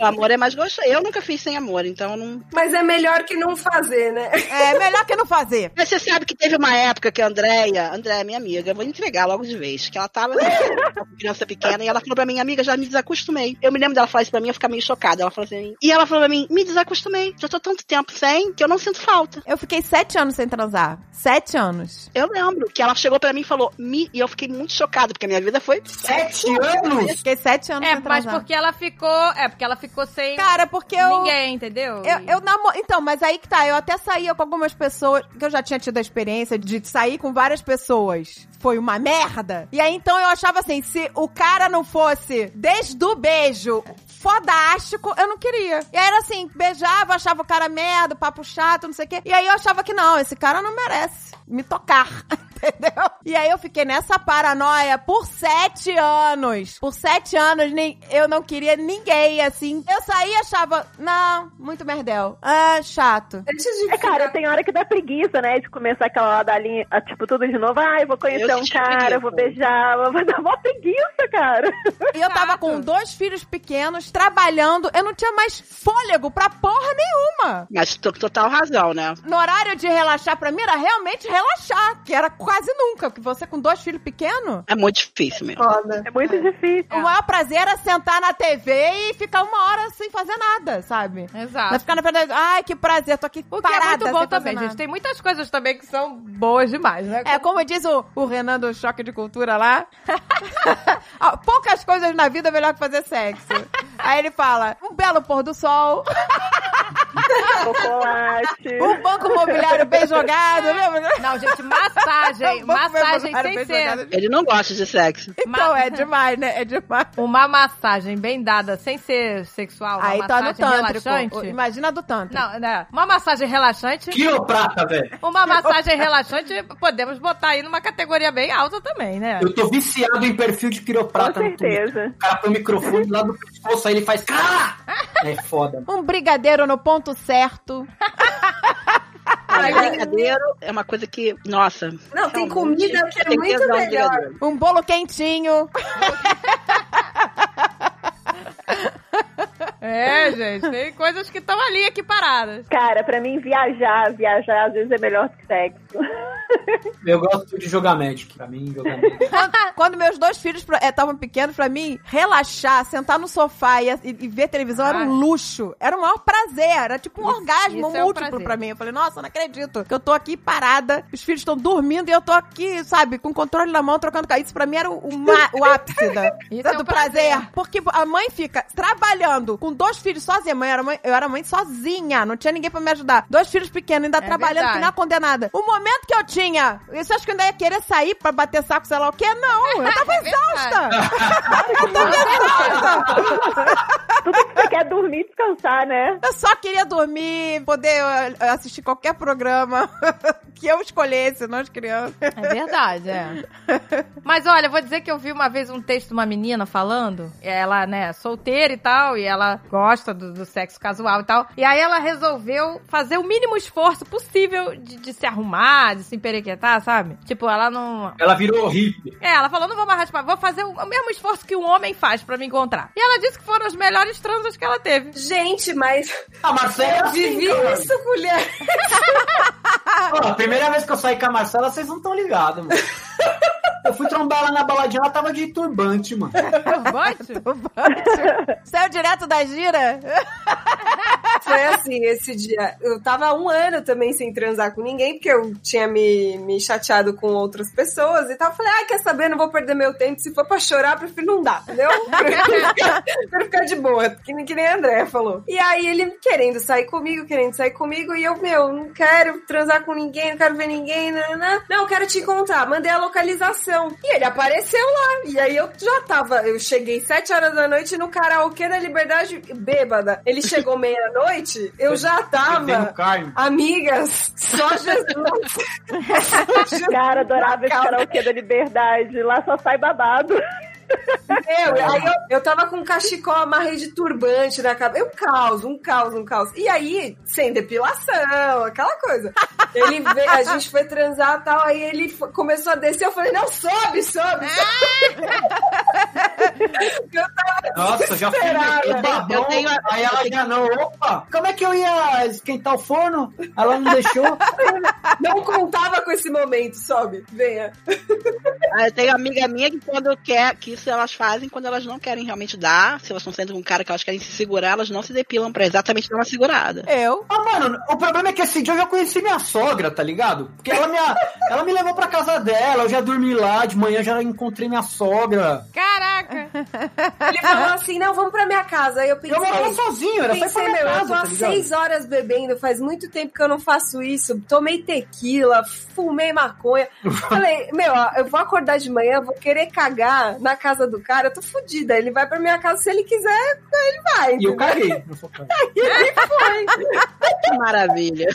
[SPEAKER 3] O amor é mais gostoso. Eu nunca fiz sem amor, então não...
[SPEAKER 6] Mas é melhor que não fazer, né?
[SPEAKER 2] É melhor que não fazer.
[SPEAKER 3] Mas você sabe que teve uma época que a Andréia, Andréia, é minha amiga, vou entregar logo de vez, que ela tava assim, com criança pequena e ela falou pra mim, amiga, já me desacostumei. Eu me lembro dela falar isso pra mim, eu ficar meio chocada. Ela falou assim, e ela falou pra mim, me desacostumei. Já tô tanto tempo sem que eu não sinto falta.
[SPEAKER 2] Eu fiquei sete anos sem transar. Sete anos.
[SPEAKER 3] Eu lembro que ela chegou pra mim e falou, me, e eu fiquei muito chocada, porque a minha vida foi.
[SPEAKER 5] Sete anos?
[SPEAKER 2] Fiquei sete anos
[SPEAKER 1] É,
[SPEAKER 2] sem
[SPEAKER 1] mas
[SPEAKER 2] transar.
[SPEAKER 1] porque ela ficou. É, porque ela ficou sem
[SPEAKER 2] Cara, porque eu...
[SPEAKER 1] ninguém, entendeu?
[SPEAKER 2] Eu,
[SPEAKER 1] E-
[SPEAKER 2] eu namo- Então, mas aí que tá. Eu até saía com algumas pessoas, que eu já tinha tido a experiência de sair com várias pessoas. Foi uma merda. E aí então eu achava assim: se o cara não fosse desde o beijo. Fodástico, eu não queria. E aí era assim, beijava, achava o cara merda, papo chato, não sei o quê. E aí eu achava que não, esse cara não merece me tocar, entendeu? E aí eu fiquei nessa paranoia por sete anos. Por sete anos nem, eu não queria ninguém, assim. Eu saía e achava, não, muito merdel. Ah, chato.
[SPEAKER 6] Antes de
[SPEAKER 4] É, cara,
[SPEAKER 6] ficar-
[SPEAKER 4] tem hora que dá preguiça, né? De começar aquela lá da linha, ah, tipo, tudo de novo. Ai, vou conhecer
[SPEAKER 3] Eu
[SPEAKER 4] um
[SPEAKER 3] senti
[SPEAKER 4] cara,
[SPEAKER 3] preguiça.
[SPEAKER 4] vou beijar. Vou dar uma preguiça, cara.
[SPEAKER 2] E eu tava
[SPEAKER 1] Chato.
[SPEAKER 2] com dois filhos pequenos, trabalhando. Eu não tinha mais fôlego pra porra nenhuma.
[SPEAKER 3] Mas tô com total razão, né?
[SPEAKER 2] No horário de relaxar, pra mim, era realmente relaxar. Que era quase nunca. Porque você com dois filhos pequenos...
[SPEAKER 3] É muito difícil mesmo.
[SPEAKER 6] Foda.
[SPEAKER 4] É muito difícil.
[SPEAKER 2] O maior prazer era sentar na TV e ficar uma hora sem fazer nada, sabe? Vai
[SPEAKER 1] Exato.
[SPEAKER 2] ficar na frente. Ai, que prazer, tô aqui
[SPEAKER 1] O que
[SPEAKER 2] parada. tá
[SPEAKER 1] é muito bom
[SPEAKER 2] sem fazer
[SPEAKER 1] também,
[SPEAKER 2] nada.
[SPEAKER 1] gente. Tem muitas coisas também que são boas demais, né?
[SPEAKER 2] É, como diz o, o Renan do Choque de Cultura lá. Ó, Poucas coisas na vida é melhor que fazer sexo. Aí ele fala: um belo pôr do sol,
[SPEAKER 4] Chocolate.
[SPEAKER 2] um banco imobiliário bem jogado, lembra?
[SPEAKER 1] Não, gente, massagem.
[SPEAKER 2] Um banco
[SPEAKER 1] massagem
[SPEAKER 2] imobiliário
[SPEAKER 1] sem
[SPEAKER 2] bem
[SPEAKER 1] ser.
[SPEAKER 2] jogado.
[SPEAKER 3] Ele não gosta de sexo.
[SPEAKER 2] Então é demais, né? É demais.
[SPEAKER 1] Uma massagem bem dada, sem ser sexual.
[SPEAKER 2] Aí
[SPEAKER 1] uma
[SPEAKER 2] tá no
[SPEAKER 1] massagem
[SPEAKER 2] tântrico.
[SPEAKER 1] relaxante.
[SPEAKER 2] Imagina do tântrico.
[SPEAKER 1] Não, né? Uma massagem relaxante.
[SPEAKER 5] Quiroprata, velho.
[SPEAKER 1] Uma massagem relaxante podemos botar aí numa categoria bem alta também, né?
[SPEAKER 5] Eu tô viciado em perfil de quiroprata
[SPEAKER 4] Com
[SPEAKER 5] no Twitter.
[SPEAKER 4] certeza.
[SPEAKER 5] O cara põe o microfone lá no pescoço, aí ele faz. Ah! É foda.
[SPEAKER 2] Um brigadeiro no ponto certo.
[SPEAKER 3] Mas brigadeiro é uma coisa que, nossa.
[SPEAKER 6] Não, tem
[SPEAKER 3] realmente,
[SPEAKER 6] comida que é
[SPEAKER 3] tem
[SPEAKER 6] muito
[SPEAKER 3] tesão de
[SPEAKER 6] melhor.
[SPEAKER 3] brigadeiro.
[SPEAKER 2] Um bolo quentinho.
[SPEAKER 1] É, gente, tem coisas que estão ali aqui paradas.
[SPEAKER 4] Cara, pra mim, viajar, viajar às vezes é melhor que sexo.
[SPEAKER 5] Eu gosto de jogar Magic. Pra mim, jogar Magic.
[SPEAKER 2] Quando- Quando meus dois filhos estavam pequenos, pra mim, relaxar, sentar no sofá e, e- e ver televisão era um
[SPEAKER 1] Ai.
[SPEAKER 2] luxo. Era o maior prazer. Era tipo um
[SPEAKER 1] Ah. Isso-
[SPEAKER 2] orgasmo
[SPEAKER 1] isso é um
[SPEAKER 2] múltiplo
[SPEAKER 1] prazer.
[SPEAKER 2] pra mim. Eu falei, nossa, não acredito. Que eu tô aqui parada, os filhos estão dormindo e eu tô aqui, sabe, com o controle na mão, trocando ca- Isso pra mim era o, o ma- o ápice da,
[SPEAKER 1] Isso
[SPEAKER 2] da-
[SPEAKER 1] é um
[SPEAKER 2] do prazer.
[SPEAKER 1] prazer.
[SPEAKER 2] Porque a mãe fica trabalhando com dois filhos sozinha. Mãe era mãe, eu era mãe sozinha, não tinha ninguém pra me ajudar. Dois filhos pequenos, ainda
[SPEAKER 1] É
[SPEAKER 2] trabalhando, que
[SPEAKER 1] verdade.
[SPEAKER 2] nem uma condenada. O momento que eu tinha, você acha que eu ainda ia querer sair pra bater saco, sei lá o quê? Não, eu tava
[SPEAKER 1] É
[SPEAKER 2] exausta.
[SPEAKER 4] Tudo que você quer é dormir e descansar, né?
[SPEAKER 2] Eu só queria dormir, poder eh, assistir qualquer programa. que eu escolhesse, não as crianças.
[SPEAKER 1] É verdade, é. Mas olha, eu vou dizer que eu vi uma vez um texto de uma menina falando. Ela, né, solteira e tal, e ela gosta do, do sexo casual e tal. E aí ela resolveu fazer o mínimo esforço possível de, de se arrumar, de se emperequetar, sabe? Tipo, ela não.
[SPEAKER 5] Ela virou hippie.
[SPEAKER 1] É, ela falou, não vou mais raspar, vou fazer o, o mesmo esforço que um homem faz pra me encontrar. E ela disse que foram as melhores transas que ela teve.
[SPEAKER 6] Gente, mas
[SPEAKER 5] A Marcela
[SPEAKER 6] eu
[SPEAKER 5] assim,
[SPEAKER 6] vivi
[SPEAKER 5] cara.
[SPEAKER 6] isso, mulher.
[SPEAKER 5] Ó, a primeira vez que eu saí com a Marcela, vocês não estão ligados, mano. Eu fui trombar ela na baladinha, ela tava de turbante, mano.
[SPEAKER 1] Turbante?
[SPEAKER 2] Saiu direto da gira?
[SPEAKER 6] Foi assim, esse dia. Eu tava um ano também sem transar com ninguém, porque eu tinha me, me chateado com outras pessoas e tal. Eu Falei, ah, quer saber? Não vou perder meu tempo. Se for pra chorar, eu prefiro não dar, entendeu? Prefiro ficar de boa, que, nem- que nem a André falou. E aí ele querendo sair comigo, querendo sair comigo, e eu, meu, não quero transar com ninguém, não quero ver ninguém, nananã. Não, quero te encontrar. Mandei a localização. E ele apareceu lá. E aí eu já tava, eu cheguei sete horas da noite no karaokê da Liberdade bêbada. Ele chegou meia-noite, eu já
[SPEAKER 5] Dei no
[SPEAKER 6] tava.
[SPEAKER 5] carne.
[SPEAKER 6] Amigas, só Jesus. Só Jesus.
[SPEAKER 4] Cara, adorava esse
[SPEAKER 6] Calma.
[SPEAKER 4] karaokê da liberdade. Lá só sai babado.
[SPEAKER 6] Meu, aí eu, eu tava com um cachecol, amarrei de turbante na cabeça. Um caos, um caos, um caos. E aí, sem depilação, aquela coisa. Ele veio, a gente foi transar e tal, aí ele fo- começou a descer, eu falei, não, sobe, sobe, sobe. eu tava
[SPEAKER 5] Nossa, já fui
[SPEAKER 6] desesperada.
[SPEAKER 5] meter o
[SPEAKER 3] Eu
[SPEAKER 5] babão,
[SPEAKER 3] tenho- eu
[SPEAKER 5] aí ela já não, opa, como é que eu ia esquentar o forno? Ela não deixou.
[SPEAKER 6] Não contava com esse momento, sobe, venha.
[SPEAKER 3] Ah, Eu tenho amiga minha que quando quer, que isso elas fazem quando elas não querem realmente dar. Se elas estão saindo com um cara que elas querem se segurar, elas não se depilam pra exatamente dar uma segurada.
[SPEAKER 2] Eu?
[SPEAKER 5] Ah, mano, o problema é que esse dia eu já conheci minha sogra, tá ligado? Porque ela me, ela me levou pra casa dela, eu já dormi lá, de manhã já encontrei minha sogra.
[SPEAKER 1] Caraca!
[SPEAKER 6] Ele falou assim, não, vamos pra minha casa. Aí eu pensei...
[SPEAKER 5] Eu morava sozinho, era só ir pra
[SPEAKER 6] Pensei,
[SPEAKER 5] minha
[SPEAKER 6] meu, eu tô
[SPEAKER 5] casa,
[SPEAKER 6] há
[SPEAKER 5] tá ligado?
[SPEAKER 6] seis horas bebendo, faz muito tempo que eu não faço isso. Tomei tequila, fumei maconha. Falei, meu, ó, eu vou acordar de manhã, vou querer cagar na casa do cara, eu tô fodida. Ele vai pra minha casa se ele quiser, ele vai.
[SPEAKER 5] E eu
[SPEAKER 6] entendeu?
[SPEAKER 5] caguei. Eu sou cara.
[SPEAKER 3] Que maravilha.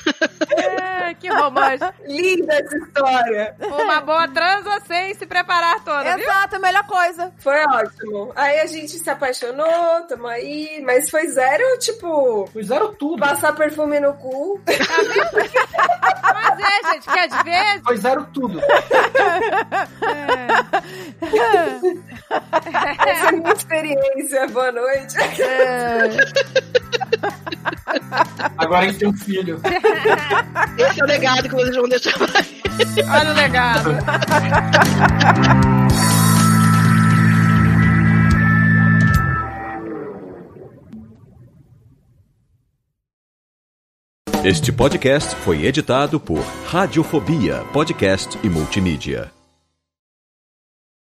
[SPEAKER 1] É, que romântico.
[SPEAKER 6] Linda essa história.
[SPEAKER 1] Uma boa transa sem se preparar toda, viu?
[SPEAKER 2] Exato, a melhor coisa.
[SPEAKER 6] Foi ótimo. Aí a gente se apaixonou, tamo aí, mas foi zero, tipo,
[SPEAKER 5] Fizeram tudo.
[SPEAKER 6] passar perfume no cu.
[SPEAKER 1] Mas é, gente, que às vezes.
[SPEAKER 5] Fizeram tudo.
[SPEAKER 6] Essa é a minha experiência. é Boa noite.
[SPEAKER 5] Agora a gente tem um filho.
[SPEAKER 3] Esse é o legado que vocês vão deixar pra mim.
[SPEAKER 1] Olha o legado.
[SPEAKER 8] Este podcast foi editado por Radiofobia, podcast e multimídia.